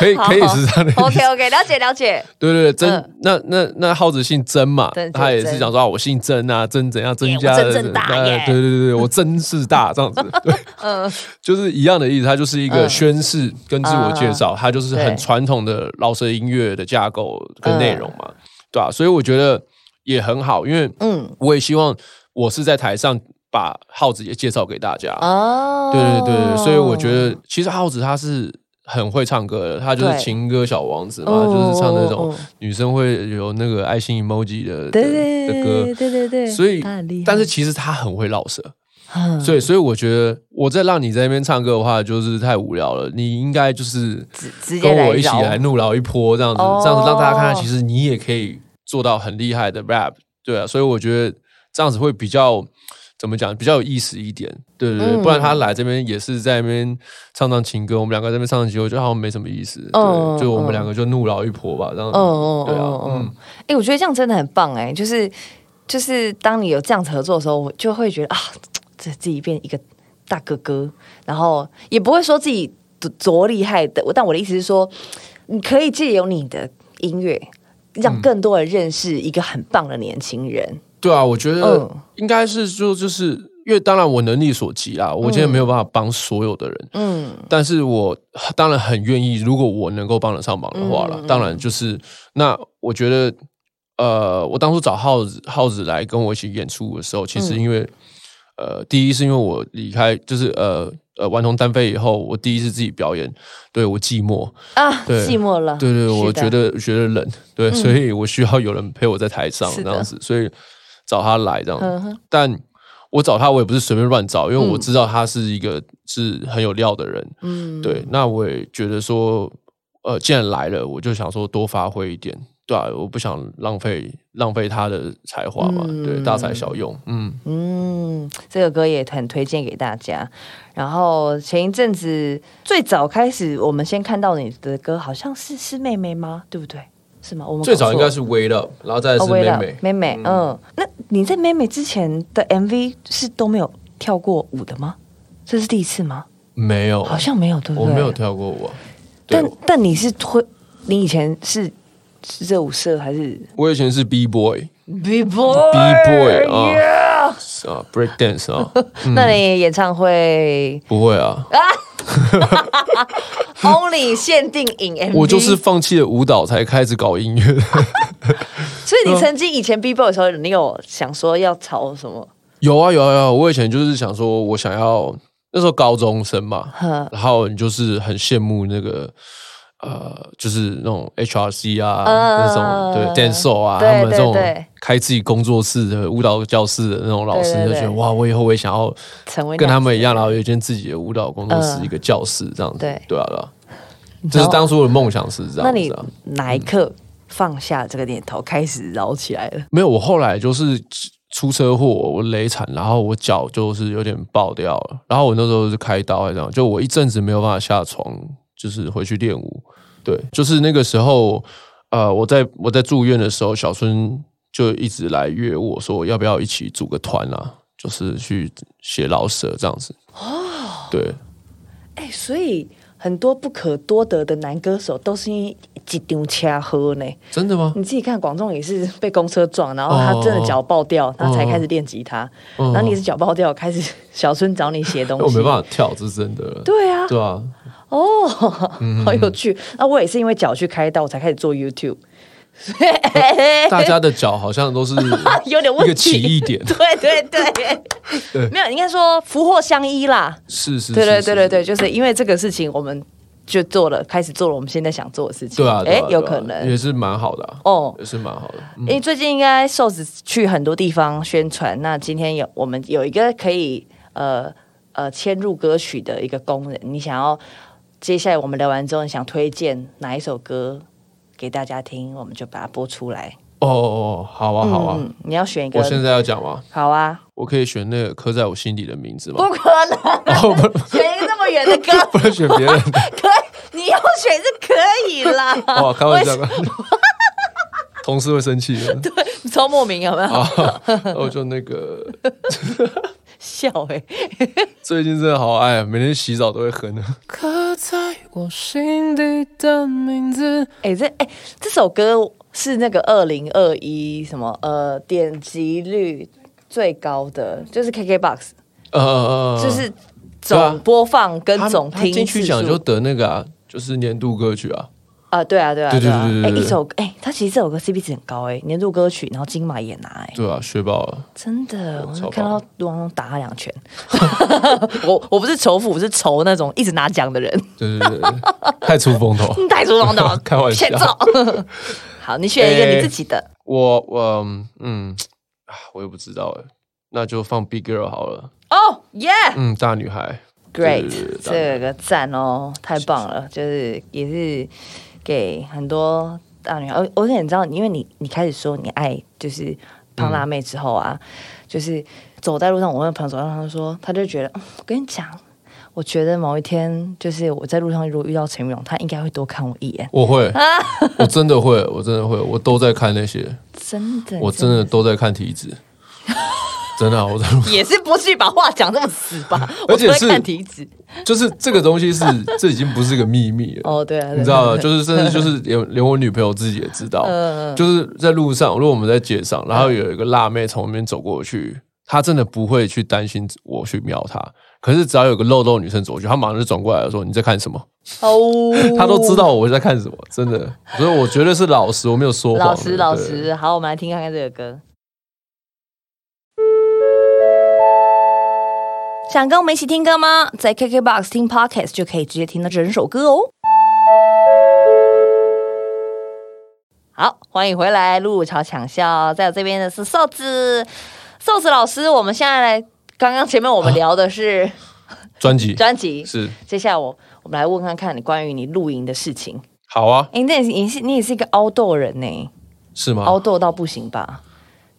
[SPEAKER 2] 可以可以是这样的意思。
[SPEAKER 1] ？OK OK，了解了解。
[SPEAKER 2] 对对对，曾、
[SPEAKER 1] 嗯
[SPEAKER 2] 那那那耗子姓曾嘛
[SPEAKER 1] 对，
[SPEAKER 2] 他也
[SPEAKER 1] 曾
[SPEAKER 2] 是讲说啊，我姓曾啊，曾怎样，曾
[SPEAKER 1] 耶
[SPEAKER 2] 家
[SPEAKER 1] 我
[SPEAKER 2] 的
[SPEAKER 1] 曾正大
[SPEAKER 2] 呃
[SPEAKER 1] 耶
[SPEAKER 2] 对对对对，我曾是大这样子，对，
[SPEAKER 1] 嗯，
[SPEAKER 2] 就是一样的意思，它就是一个宣誓跟自我介绍，它就
[SPEAKER 1] 嗯
[SPEAKER 2] 是
[SPEAKER 1] 对
[SPEAKER 2] 很传统的饶舌音乐的架构跟内容嘛，对啊，所以我觉得也很好，因为
[SPEAKER 1] 嗯
[SPEAKER 2] 我也希望我是在台上把耗子也介绍给大家，
[SPEAKER 1] 哦，
[SPEAKER 2] 对对对对，所以我觉得其实耗子他是很会唱歌的，他就是
[SPEAKER 1] 对
[SPEAKER 2] 情歌小王子嘛，
[SPEAKER 1] 哦
[SPEAKER 2] 就是唱那
[SPEAKER 1] 哦哦
[SPEAKER 2] 种女生会有那个爱心 emoji 的
[SPEAKER 1] 对
[SPEAKER 2] 的的歌
[SPEAKER 1] 对。对对对，
[SPEAKER 2] 所以
[SPEAKER 1] 他很厉害，
[SPEAKER 2] 但是其实他很会绕舌，
[SPEAKER 1] 嗯
[SPEAKER 2] 所以所以我觉得我在让你在那边唱歌的话，就是太无聊了。你应该就是
[SPEAKER 1] 直直接
[SPEAKER 2] 跟
[SPEAKER 1] 来
[SPEAKER 2] 我一起
[SPEAKER 1] 饶
[SPEAKER 2] 来怒饶一波，这样子，
[SPEAKER 1] 哦
[SPEAKER 2] 这样子让大家看看，其实你也可以做到很厉害的 rap，对啊。所以我觉得这样子会比较怎么讲，比较有意思一点，对对对。
[SPEAKER 1] 嗯
[SPEAKER 2] 不然他来这边也是在那边唱唱情歌，我们两个在那边唱情歌，我觉得好像没什么意思。
[SPEAKER 1] 嗯
[SPEAKER 2] 对，就我
[SPEAKER 1] 嗯
[SPEAKER 2] 们两个就怒饶一波吧，这样
[SPEAKER 1] 哦
[SPEAKER 2] 子。
[SPEAKER 1] 哦
[SPEAKER 2] 对啊
[SPEAKER 1] 哦，哦
[SPEAKER 2] 嗯，
[SPEAKER 1] 哎、我觉得这样真的很棒哎、就是就是当你有这样子合作的时候，我就会觉得啊，这自己变一个大哥哥，然后也不会说自己多多厉害的，但我的意思是说，你可以借由你的音乐。
[SPEAKER 2] 嗯
[SPEAKER 1] 让更多人认识一个很棒的年轻人，
[SPEAKER 2] 对啊，我觉得
[SPEAKER 1] 嗯
[SPEAKER 2] 应该是就就是因为当然我能力所及啦，我今天没有办法帮所有的人，
[SPEAKER 1] 嗯，
[SPEAKER 2] 但是我当然很愿意，如果我能够帮得上忙的话了，
[SPEAKER 1] 嗯
[SPEAKER 2] 当然就是那我觉得，呃，我当初找耗子耗子来跟我一起演出的时候，其实
[SPEAKER 1] 嗯
[SPEAKER 2] 因为、呃，第一是因为我离开就是呃呃顽童单飞以后，我第一次自己表演，对我寂寞，
[SPEAKER 1] 啊，
[SPEAKER 2] 对
[SPEAKER 1] 寂寞了，
[SPEAKER 2] 对对，
[SPEAKER 1] 是
[SPEAKER 2] 我
[SPEAKER 1] 的嗯
[SPEAKER 2] 觉得觉得冷，对，所以我需要有人陪我在台上
[SPEAKER 1] 是的
[SPEAKER 2] 这样子，所以找他来这样子。
[SPEAKER 1] 嗯哼
[SPEAKER 2] 但我找他，我也不是随便乱找，因为我知道他是一个是很有料的人，
[SPEAKER 1] 嗯，
[SPEAKER 2] 对。那我也觉得说，呃，既然来了，我就想说多发挥一点，对啊，我不想浪费浪费他的才华嘛，
[SPEAKER 1] 嗯
[SPEAKER 2] 对，大材小用，嗯，
[SPEAKER 1] 嗯，这个歌也很推荐给大家。然后前一阵子最早开始，我们先看到你的歌，好像是是妹妹吗？对不对？是吗？我们
[SPEAKER 2] 最早应该
[SPEAKER 1] 是
[SPEAKER 2] 是 Wait Up，然后再来是妹妹，
[SPEAKER 1] 哦妹妹。嗯，那你在妹妹之前的 MV 是都没有跳过舞的吗？这是第一次吗？
[SPEAKER 2] 没有，
[SPEAKER 1] 好像没有，对不
[SPEAKER 2] 我
[SPEAKER 1] 对？
[SPEAKER 2] 没有。跳过我，对
[SPEAKER 1] 但，但你是推，你以前是是热舞社还是
[SPEAKER 2] 我以前是 B Boy。
[SPEAKER 1] B boy？B
[SPEAKER 2] B-boy，啊啊，break dance 啊，
[SPEAKER 1] 那你演唱会
[SPEAKER 2] 不 会啊，
[SPEAKER 1] Only 限定影 MV，
[SPEAKER 2] 我就是放弃了舞蹈才开始搞音乐的。
[SPEAKER 1] 所
[SPEAKER 2] 嗯
[SPEAKER 1] 以你曾经以前 B boy 的时候，你有想说要朝什么？
[SPEAKER 2] 有啊有啊有啊，我以前就是想说，我想要那时候高中生嘛，
[SPEAKER 1] 呵，
[SPEAKER 2] 然后你就是很羡慕那个呃，就是那种 HRC 啊，
[SPEAKER 1] 嗯
[SPEAKER 2] 那种对 dance show 啊，
[SPEAKER 1] 对
[SPEAKER 2] 他们这种
[SPEAKER 1] 对对
[SPEAKER 2] 开自己工作室的舞蹈教室的那种老师，
[SPEAKER 1] 对对
[SPEAKER 2] 就觉得
[SPEAKER 1] 对
[SPEAKER 2] 哇，我以后我也想要
[SPEAKER 1] 成为那
[SPEAKER 2] 跟他
[SPEAKER 1] 样
[SPEAKER 2] 们一样，然后有一间自己的舞蹈工作室，
[SPEAKER 1] 嗯
[SPEAKER 2] 一个教室这样子。
[SPEAKER 1] 对
[SPEAKER 2] 对啊对啊，
[SPEAKER 1] 知
[SPEAKER 2] 这
[SPEAKER 1] 道
[SPEAKER 2] 是当初的梦想是这
[SPEAKER 1] 那
[SPEAKER 2] 样
[SPEAKER 1] 你
[SPEAKER 2] 子啊。
[SPEAKER 1] 哪一刻放下这个念头，开始绕起来了？
[SPEAKER 2] 没有，我后来就是出车祸，我累惨，然后我脚就是有点爆掉了，然后我那时候是开刀还是这样，就我一阵子没有办法下床，就是回去练舞。对，就是那个时候，呃，我在我在住院的时候，小孙就一直来约我说，要不要一起组个团啊？就是去写老舍这样子。哦，对，
[SPEAKER 1] 哎、所以很多不可多得的男歌手都是因为一丢掐喝呢。
[SPEAKER 2] 真的吗？
[SPEAKER 1] 你自己看，广仲也是被公车撞，然后他真的脚爆掉，他才开始练吉他。
[SPEAKER 2] 哦
[SPEAKER 1] 然后你也是脚爆掉，开始小孙找你写东西。
[SPEAKER 2] 我没办法跳，这是真的了。
[SPEAKER 1] 对啊，
[SPEAKER 2] 对嗯啊，
[SPEAKER 1] 哦， 好有趣。那我也是因为脚去开刀，我才开始做 YouTube，所以、哎
[SPEAKER 2] 大家的脚好像都是
[SPEAKER 1] 有点
[SPEAKER 2] 一
[SPEAKER 1] 问
[SPEAKER 2] 个起
[SPEAKER 1] 题。
[SPEAKER 2] 义点。
[SPEAKER 1] 对对对，
[SPEAKER 2] 对
[SPEAKER 1] 没有，应该说福祸相依啦。
[SPEAKER 2] 是是，
[SPEAKER 1] 对对
[SPEAKER 2] 是
[SPEAKER 1] 对对对，，就是因为这个事情，我们就做了，开始做了我们现在想做的事
[SPEAKER 2] 是
[SPEAKER 1] 情。
[SPEAKER 2] 对啊，对
[SPEAKER 1] 哎
[SPEAKER 2] 啊，
[SPEAKER 1] 有
[SPEAKER 2] 对啊
[SPEAKER 1] 可能
[SPEAKER 2] 也是蛮好的啊，
[SPEAKER 1] 哦。
[SPEAKER 2] 也是蛮好的。嗯
[SPEAKER 1] 因为最近应该瘦子去很多地方宣传，那今天有我们有一个可以呃呃嵌入歌曲的一个功能，你想要接下来我们聊完之后，你想推荐哪一首歌给大家听，我们就把它播出来。
[SPEAKER 2] 哦哦，哦，好啊好啊，
[SPEAKER 1] 嗯，你要选一
[SPEAKER 2] 我现
[SPEAKER 1] 个，
[SPEAKER 2] 在要讲吗？
[SPEAKER 1] 好啊，
[SPEAKER 2] 我可以选那个刻在我心底的名字吗
[SPEAKER 1] 不？可能
[SPEAKER 2] 哦，不能
[SPEAKER 1] 选一个这么远的歌，
[SPEAKER 2] 不能选别人 的
[SPEAKER 1] 可以，你要选是可以啦。
[SPEAKER 2] 哦，开玩笑， 开玩笑同事会生气的。
[SPEAKER 1] 超莫名有没有？
[SPEAKER 2] 啊，我就那个
[SPEAKER 1] 笑哎、
[SPEAKER 2] 最近真的好爱，啊，每天洗澡都会哼。
[SPEAKER 3] 刻在我心底的名字。
[SPEAKER 1] 哎、这哎、这首歌是那个二零二一什么呃点击率最高的，就是 KKBOX，、
[SPEAKER 2] 呃呃呃，
[SPEAKER 1] 就是
[SPEAKER 2] 对啊
[SPEAKER 1] 总播放跟
[SPEAKER 2] 他
[SPEAKER 1] 总
[SPEAKER 2] 他
[SPEAKER 1] 听
[SPEAKER 2] 金
[SPEAKER 1] 次
[SPEAKER 2] 曲奖
[SPEAKER 1] 数
[SPEAKER 2] 就得那个啊，就是年度歌曲啊。
[SPEAKER 1] 啊，对啊，对啊，
[SPEAKER 2] 对对
[SPEAKER 1] 啊
[SPEAKER 2] 对对，
[SPEAKER 1] 哎、
[SPEAKER 2] 对对
[SPEAKER 1] 一首哎、他其实这首歌 CP 值很高哎、年度歌曲，然后金马也拿哎、
[SPEAKER 2] 对啊，学爆了。
[SPEAKER 1] 真的，我
[SPEAKER 2] 超
[SPEAKER 1] 看
[SPEAKER 2] 棒
[SPEAKER 1] 到卢王打他两拳， 我我不是仇富，我是仇那种一直拿奖的人，
[SPEAKER 2] 对对对对，太出风头。
[SPEAKER 1] 带出王导
[SPEAKER 2] 开玩笑
[SPEAKER 1] 欠揍 好，你选一个
[SPEAKER 2] 哎
[SPEAKER 1] 你自己的，
[SPEAKER 2] 我我嗯嗯，啊我也不知道哎，那就放 Big Girl 好了。
[SPEAKER 1] 哦耶
[SPEAKER 2] 嗯，大女孩。对对对
[SPEAKER 1] Great，
[SPEAKER 2] 大女孩
[SPEAKER 1] 这个赞哦，太棒了，就是也是给很多大女孩，而而且你知道，因为你你开始说你爱就是胖辣妹之后啊，
[SPEAKER 2] 嗯
[SPEAKER 1] 就是走在路上，我问朋友走在路上说，他就觉得，嗯我跟你讲，我觉得某一天就是我在路上如果遇到陈玉龙，他应该会多看我一眼，
[SPEAKER 2] 我会，我真的会，我真的会，我都在看那些，
[SPEAKER 1] 真的，
[SPEAKER 2] 我真的都在看体脂， 真的啊、我在路
[SPEAKER 1] 也是不去把话讲那么死吧，
[SPEAKER 2] 而
[SPEAKER 1] 我
[SPEAKER 2] 且
[SPEAKER 1] 只会
[SPEAKER 2] 是
[SPEAKER 1] 看体脂，
[SPEAKER 2] 就是这个东西是，这已经不是个秘密了。
[SPEAKER 1] 哦对啊，对啊嗯
[SPEAKER 2] 你知道吗？
[SPEAKER 1] 对啊呃
[SPEAKER 2] 就是甚至就是连连我女朋友自己也知道，就是在路上，如果我们在街上，然后有一个辣妹从我那边走过去，她真的不会去担心我去瞄她。可是只要有个肉肉女生走过去，她马上就转过来说：“你在看什么？”
[SPEAKER 1] 哦，
[SPEAKER 2] 她都知。道我在看什么，真的。所以我绝对是老实，我没有说谎。
[SPEAKER 1] 老实老
[SPEAKER 2] 对。
[SPEAKER 1] 实，好，我们来听看看这个歌。想跟我们一起听歌吗？在 KKBOX 听 Podcast 就可以直接听到整首歌哦。好，欢迎回来，路桥抢笑，在我这边的是瘦子，瘦子老师，我们现在来，刚刚前面我们聊的是
[SPEAKER 2] 专辑
[SPEAKER 1] 专辑，
[SPEAKER 2] 啊是
[SPEAKER 1] 接下来我我们来问看看你关于你露营的事情。
[SPEAKER 2] 好啊，
[SPEAKER 1] 哎、那你是你也是一个 outdoor 人呢、
[SPEAKER 2] 是吗？
[SPEAKER 1] 凹痘到不行吧？哦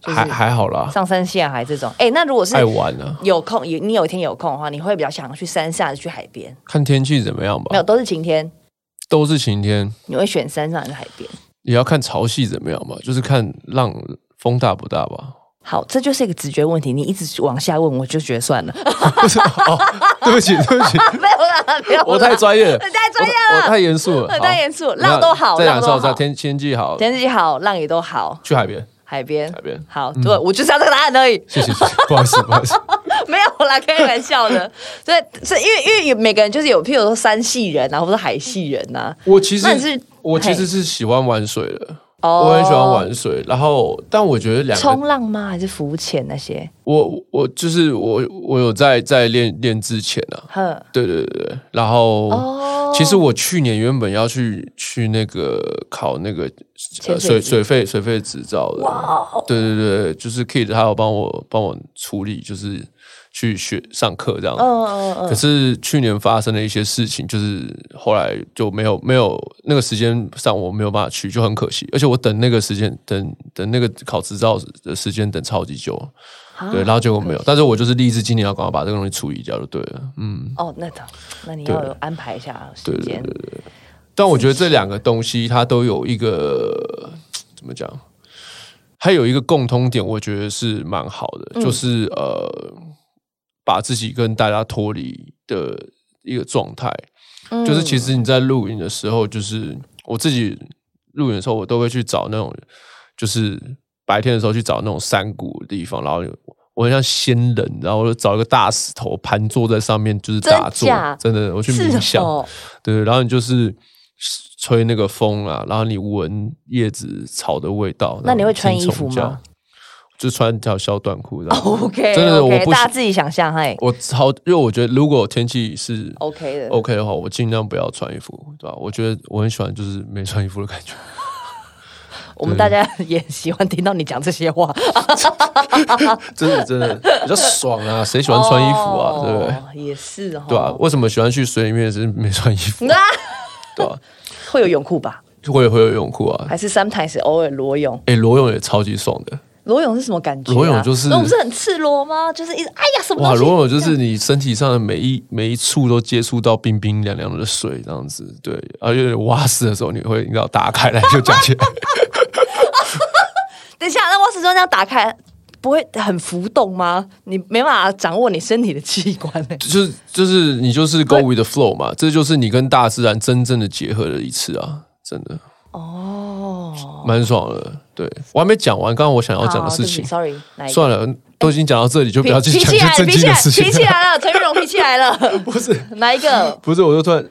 [SPEAKER 1] 就是
[SPEAKER 2] 还还好啦，
[SPEAKER 1] 上山下海这种。哎、那如果是
[SPEAKER 2] 爱玩啊，
[SPEAKER 1] 有空，有你有一天有空的话，你会比较想去山下，去海边？
[SPEAKER 2] 看天气怎么样吧
[SPEAKER 1] 没有，。都是晴天，
[SPEAKER 2] 都是晴天，
[SPEAKER 1] 你会选山上还是海边？
[SPEAKER 2] 也要看潮汐怎么样吧，就是看浪风大不大吧。
[SPEAKER 1] 好，这就是一个直觉问题。你一直往下问，我就觉得算 了。
[SPEAKER 2] 不是 哦，对不起，对不起，
[SPEAKER 1] 没有啦，没有啦，
[SPEAKER 2] 我太专业了，
[SPEAKER 1] 你 太专业了
[SPEAKER 2] 我我太严肃了，
[SPEAKER 1] 我太严肃了
[SPEAKER 2] 那
[SPEAKER 1] 浪都好
[SPEAKER 2] 再讲一次
[SPEAKER 1] 浪都好
[SPEAKER 2] 天天气好，
[SPEAKER 1] 天气好，浪也都好，
[SPEAKER 2] 去海边，
[SPEAKER 1] 海边，
[SPEAKER 2] 海边
[SPEAKER 1] 好，对，我就是要这个答案而已。
[SPEAKER 2] 谢谢，谢谢 不好意思，不好意思，
[SPEAKER 1] 没有啦，开玩笑的。 所以，是因为因为有每个人就是有，譬如说山系人啊，或者海系人啊呐、
[SPEAKER 2] 我其
[SPEAKER 1] 那你
[SPEAKER 2] 实
[SPEAKER 1] 是
[SPEAKER 2] 我其实是喜欢玩水的。
[SPEAKER 1] 哦
[SPEAKER 2] 我很喜欢玩水，然后但我觉得两
[SPEAKER 1] 冲
[SPEAKER 2] 个，
[SPEAKER 1] 浪吗？还是浮潜那些？
[SPEAKER 2] 我我就是我我有在在练练之前啊，
[SPEAKER 1] 哼，
[SPEAKER 2] 对对对对，然后、
[SPEAKER 1] 哦
[SPEAKER 2] 其实我去年原本要去去那个考那个呃
[SPEAKER 1] 潜水
[SPEAKER 2] 水
[SPEAKER 1] 执哦
[SPEAKER 2] 水费水费执照的，对对对，就是 Kid 他有帮我帮我处理，就是去学上课这样。
[SPEAKER 1] 嗯嗯嗯
[SPEAKER 2] 可是去年发生了一些事情，就是后来就没有没有那个时间上我没有办法去，就很可惜。而且我等那个时间等等那个考执照的时间等超级久，
[SPEAKER 1] 啊
[SPEAKER 2] 对，然后结果没有。但是我就是立志今年要赶快把这个东西处理掉就对了，嗯。
[SPEAKER 1] 哦，那的，那你要
[SPEAKER 2] 对
[SPEAKER 1] 有安排一下时
[SPEAKER 2] 对对
[SPEAKER 1] 间
[SPEAKER 2] 对。对对。但我觉得这两个东西，它都有一个怎么讲？还有一个共通点，我觉得是蛮好的，
[SPEAKER 1] 嗯
[SPEAKER 2] 就是呃，把自己跟大家脱离的一个状态。
[SPEAKER 1] 嗯
[SPEAKER 2] 就是其实你在录影的时候，就是我自己录影的时候，我都会去找那种，就是白天的时候去找那种山谷的地方，然后有我很像仙人，然后我就找一个大石头盘坐在上面，就是打
[SPEAKER 1] 真
[SPEAKER 2] 坐
[SPEAKER 1] 假，
[SPEAKER 2] 真的，我去
[SPEAKER 1] 是
[SPEAKER 2] 冥想。
[SPEAKER 1] 哦，
[SPEAKER 2] 对，然后你就是吹那个风啊，然后你闻叶子草的味道。
[SPEAKER 1] 那你会
[SPEAKER 2] 然后听
[SPEAKER 1] 穿衣服
[SPEAKER 2] 虫叫
[SPEAKER 1] 吗？
[SPEAKER 2] 就穿一条小短裤这样。
[SPEAKER 1] OK，
[SPEAKER 2] 真的我
[SPEAKER 1] OK，
[SPEAKER 2] 不
[SPEAKER 1] 大家
[SPEAKER 2] 喜
[SPEAKER 1] 自己想象，嘿
[SPEAKER 2] 我超，因为我觉得如果天气是
[SPEAKER 1] ，OK 的。
[SPEAKER 2] OK 的话，我尽量不要穿衣服，对吧？我觉得我很喜欢就是没穿衣服的感觉。
[SPEAKER 1] 我们大家也喜欢听到你讲这些话，
[SPEAKER 2] 真的真的比较爽啊！谁喜欢穿衣服啊？对不对？
[SPEAKER 1] 哦也是哦，
[SPEAKER 2] 对啊吧、为什么喜欢去水里面是没穿衣服、啊？对吧、
[SPEAKER 1] 会有泳裤吧？
[SPEAKER 2] 会会有泳裤啊？
[SPEAKER 1] 还是 sometimes 偶尔裸泳？
[SPEAKER 2] 哎、裸泳也超级爽的。
[SPEAKER 1] 裸泳是什么感觉啊？
[SPEAKER 2] 裸泳就是
[SPEAKER 1] 裸泳不是很赤裸吗？就是一直哎呀什么
[SPEAKER 2] 哇，
[SPEAKER 1] 东西？
[SPEAKER 2] 裸泳就是你身体上的每一每一处都接触到冰冰凉凉的水，这样子，对，啊而且挖死的时候你会，你知道 打开来就讲起来，
[SPEAKER 1] 等一下，那卧室中这样打开，不会很浮动吗？你没办法掌握你身体的器官欸呢、
[SPEAKER 2] 就是就是你就是 go with the flow 嘛，这就是你跟大自然真正的结合的一次啊，真的
[SPEAKER 1] 哦，
[SPEAKER 2] 蛮爽的。对我还没讲完，刚刚我想要哦讲的事情，
[SPEAKER 1] s o r r y 哪一个？
[SPEAKER 2] 算了，都已经讲到这里，就不要去
[SPEAKER 1] 脾脾气
[SPEAKER 2] 讲一些
[SPEAKER 1] 来，
[SPEAKER 2] 正
[SPEAKER 1] 脾
[SPEAKER 2] 经
[SPEAKER 1] 气
[SPEAKER 2] 的
[SPEAKER 1] 来，
[SPEAKER 2] 事情
[SPEAKER 1] 脾气
[SPEAKER 2] 了。
[SPEAKER 1] 来了，陈玉荣脾气来了，
[SPEAKER 2] 不是
[SPEAKER 1] 哪一个？
[SPEAKER 2] 不是，我就突然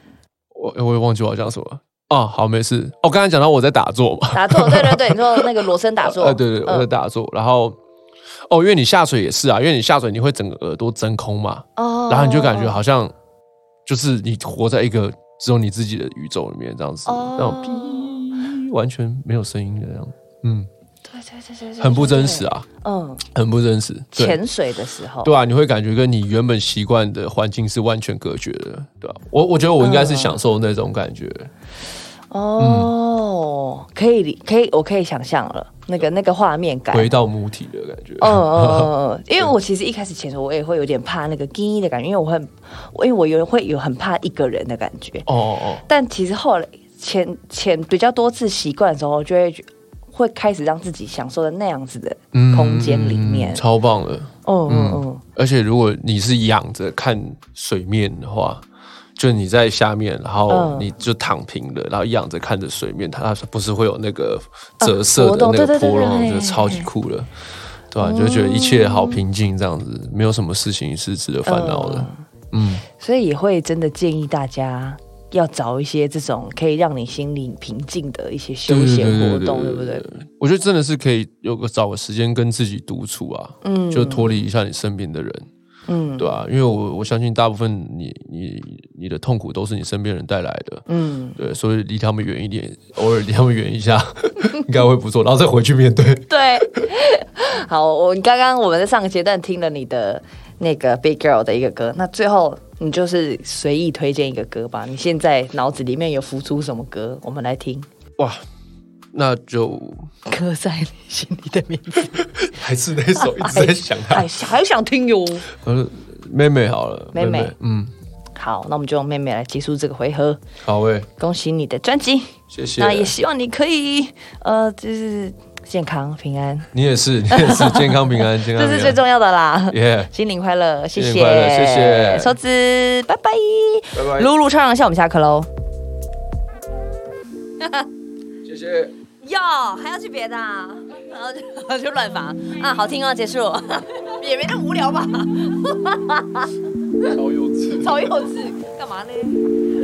[SPEAKER 2] 我我也忘记我要讲什么了。哦，好，没事。哦，刚才讲到我在打坐嘛，
[SPEAKER 1] 打坐，对对对，你说那个罗森打坐，
[SPEAKER 2] 呃，对对，我在
[SPEAKER 1] 嗯
[SPEAKER 2] 打坐，然后。哦，因为你下水也是啊，因为你下水你会整个耳朵真空嘛，
[SPEAKER 1] 哦
[SPEAKER 2] 然后你就感觉好像就是你活在一个只有你自己的宇宙里面这样子，
[SPEAKER 1] 哦
[SPEAKER 2] 那种哔完全没有声音的那样，嗯，
[SPEAKER 1] 对对对对对，
[SPEAKER 2] 很不真实
[SPEAKER 1] 啊。
[SPEAKER 2] 啊，
[SPEAKER 1] 嗯，
[SPEAKER 2] 很不真实。对
[SPEAKER 1] 潜水的时候，
[SPEAKER 2] 对啊，你会感觉跟你原本习惯的环境是完全隔绝的，对吧、我我觉得我应该
[SPEAKER 1] 嗯
[SPEAKER 2] 是享受那种感觉，
[SPEAKER 1] 哦，可以理，可以，我可以想象了，那个那个画面感，
[SPEAKER 2] 回到母体的感觉。
[SPEAKER 1] 嗯嗯嗯 嗯，因为我其实一开始潜水，我也会有点怕那个惊的感觉，因为我很，因为我有会有很怕一个人的感觉。
[SPEAKER 2] 哦哦
[SPEAKER 1] 但其实后来潜潜比较多次习惯的时候，我就会觉会开始让自己享受在那样子的
[SPEAKER 2] 哦，
[SPEAKER 1] 空间里面
[SPEAKER 2] 嗯。超棒的。
[SPEAKER 1] 哦嗯嗯，
[SPEAKER 2] 而且如果你是仰着看水面的话，就你在下面，然后
[SPEAKER 1] 嗯
[SPEAKER 2] 你就躺平了，然后仰着看着水面，它不是会有那个折射
[SPEAKER 1] 啊波
[SPEAKER 2] 的
[SPEAKER 1] 动
[SPEAKER 2] 那
[SPEAKER 1] 对对
[SPEAKER 2] 个
[SPEAKER 1] 对
[SPEAKER 2] 波
[SPEAKER 1] 对
[SPEAKER 2] 浪，
[SPEAKER 1] 对嗯
[SPEAKER 2] 就超级酷了，对吧、就觉得一切好平静，这样子，没有什么事情是值得烦恼的。嗯，
[SPEAKER 1] 所以也会真的建议大家。要找一些这种可以让你心里平静的一些休闲活动，对不对？？
[SPEAKER 2] 我觉得真的是可以有个找个时间跟自己独处啊，
[SPEAKER 1] 嗯
[SPEAKER 2] 就脱离一下你身边的人。
[SPEAKER 1] 嗯
[SPEAKER 2] 对啊，因为我我相信大部分你你你的痛苦都是你身边人带来的，
[SPEAKER 1] 嗯，
[SPEAKER 2] 对，所以离他们远一点， 偶尔离他们远一下， 应该会不错，然后再回去面对。
[SPEAKER 1] 对。好，我刚刚我们在上个阶段听了你的那个 Big Girl 的一个歌，那最后你就是随意推荐一个歌吧。你现在脑子里面有浮出什么歌？我们来听。
[SPEAKER 2] 哇，那就
[SPEAKER 1] 刻在你心里的名字。
[SPEAKER 2] 还是那首一直在想他
[SPEAKER 1] 哎，，还想听哟。
[SPEAKER 2] 呃，妹妹好了，
[SPEAKER 1] 妹妹
[SPEAKER 2] 嗯，
[SPEAKER 1] 好，那我们就用妹妹来结束这个回合。
[SPEAKER 2] 好喂，
[SPEAKER 1] 恭喜你的专辑，
[SPEAKER 2] 谢谢
[SPEAKER 1] 那，也希望你可以呃，就是健康平安，
[SPEAKER 2] 你也是，你也是，健康平安，健
[SPEAKER 1] 这
[SPEAKER 2] 康平安，
[SPEAKER 1] 是最重要的啦。
[SPEAKER 2] 耶，
[SPEAKER 1] 心灵快乐，谢
[SPEAKER 2] 心
[SPEAKER 1] 谢，
[SPEAKER 2] 灵快乐谢谢
[SPEAKER 1] 收子，拜拜，
[SPEAKER 2] 拜拜
[SPEAKER 1] 露露超人下，我们下课喽。
[SPEAKER 2] 谢谢。
[SPEAKER 1] 哟，还要去别的、啊， 然后就就乱发啊，好听哦，结束， 也没那 么无聊吧，超幼稚，超幼稚，干嘛呢？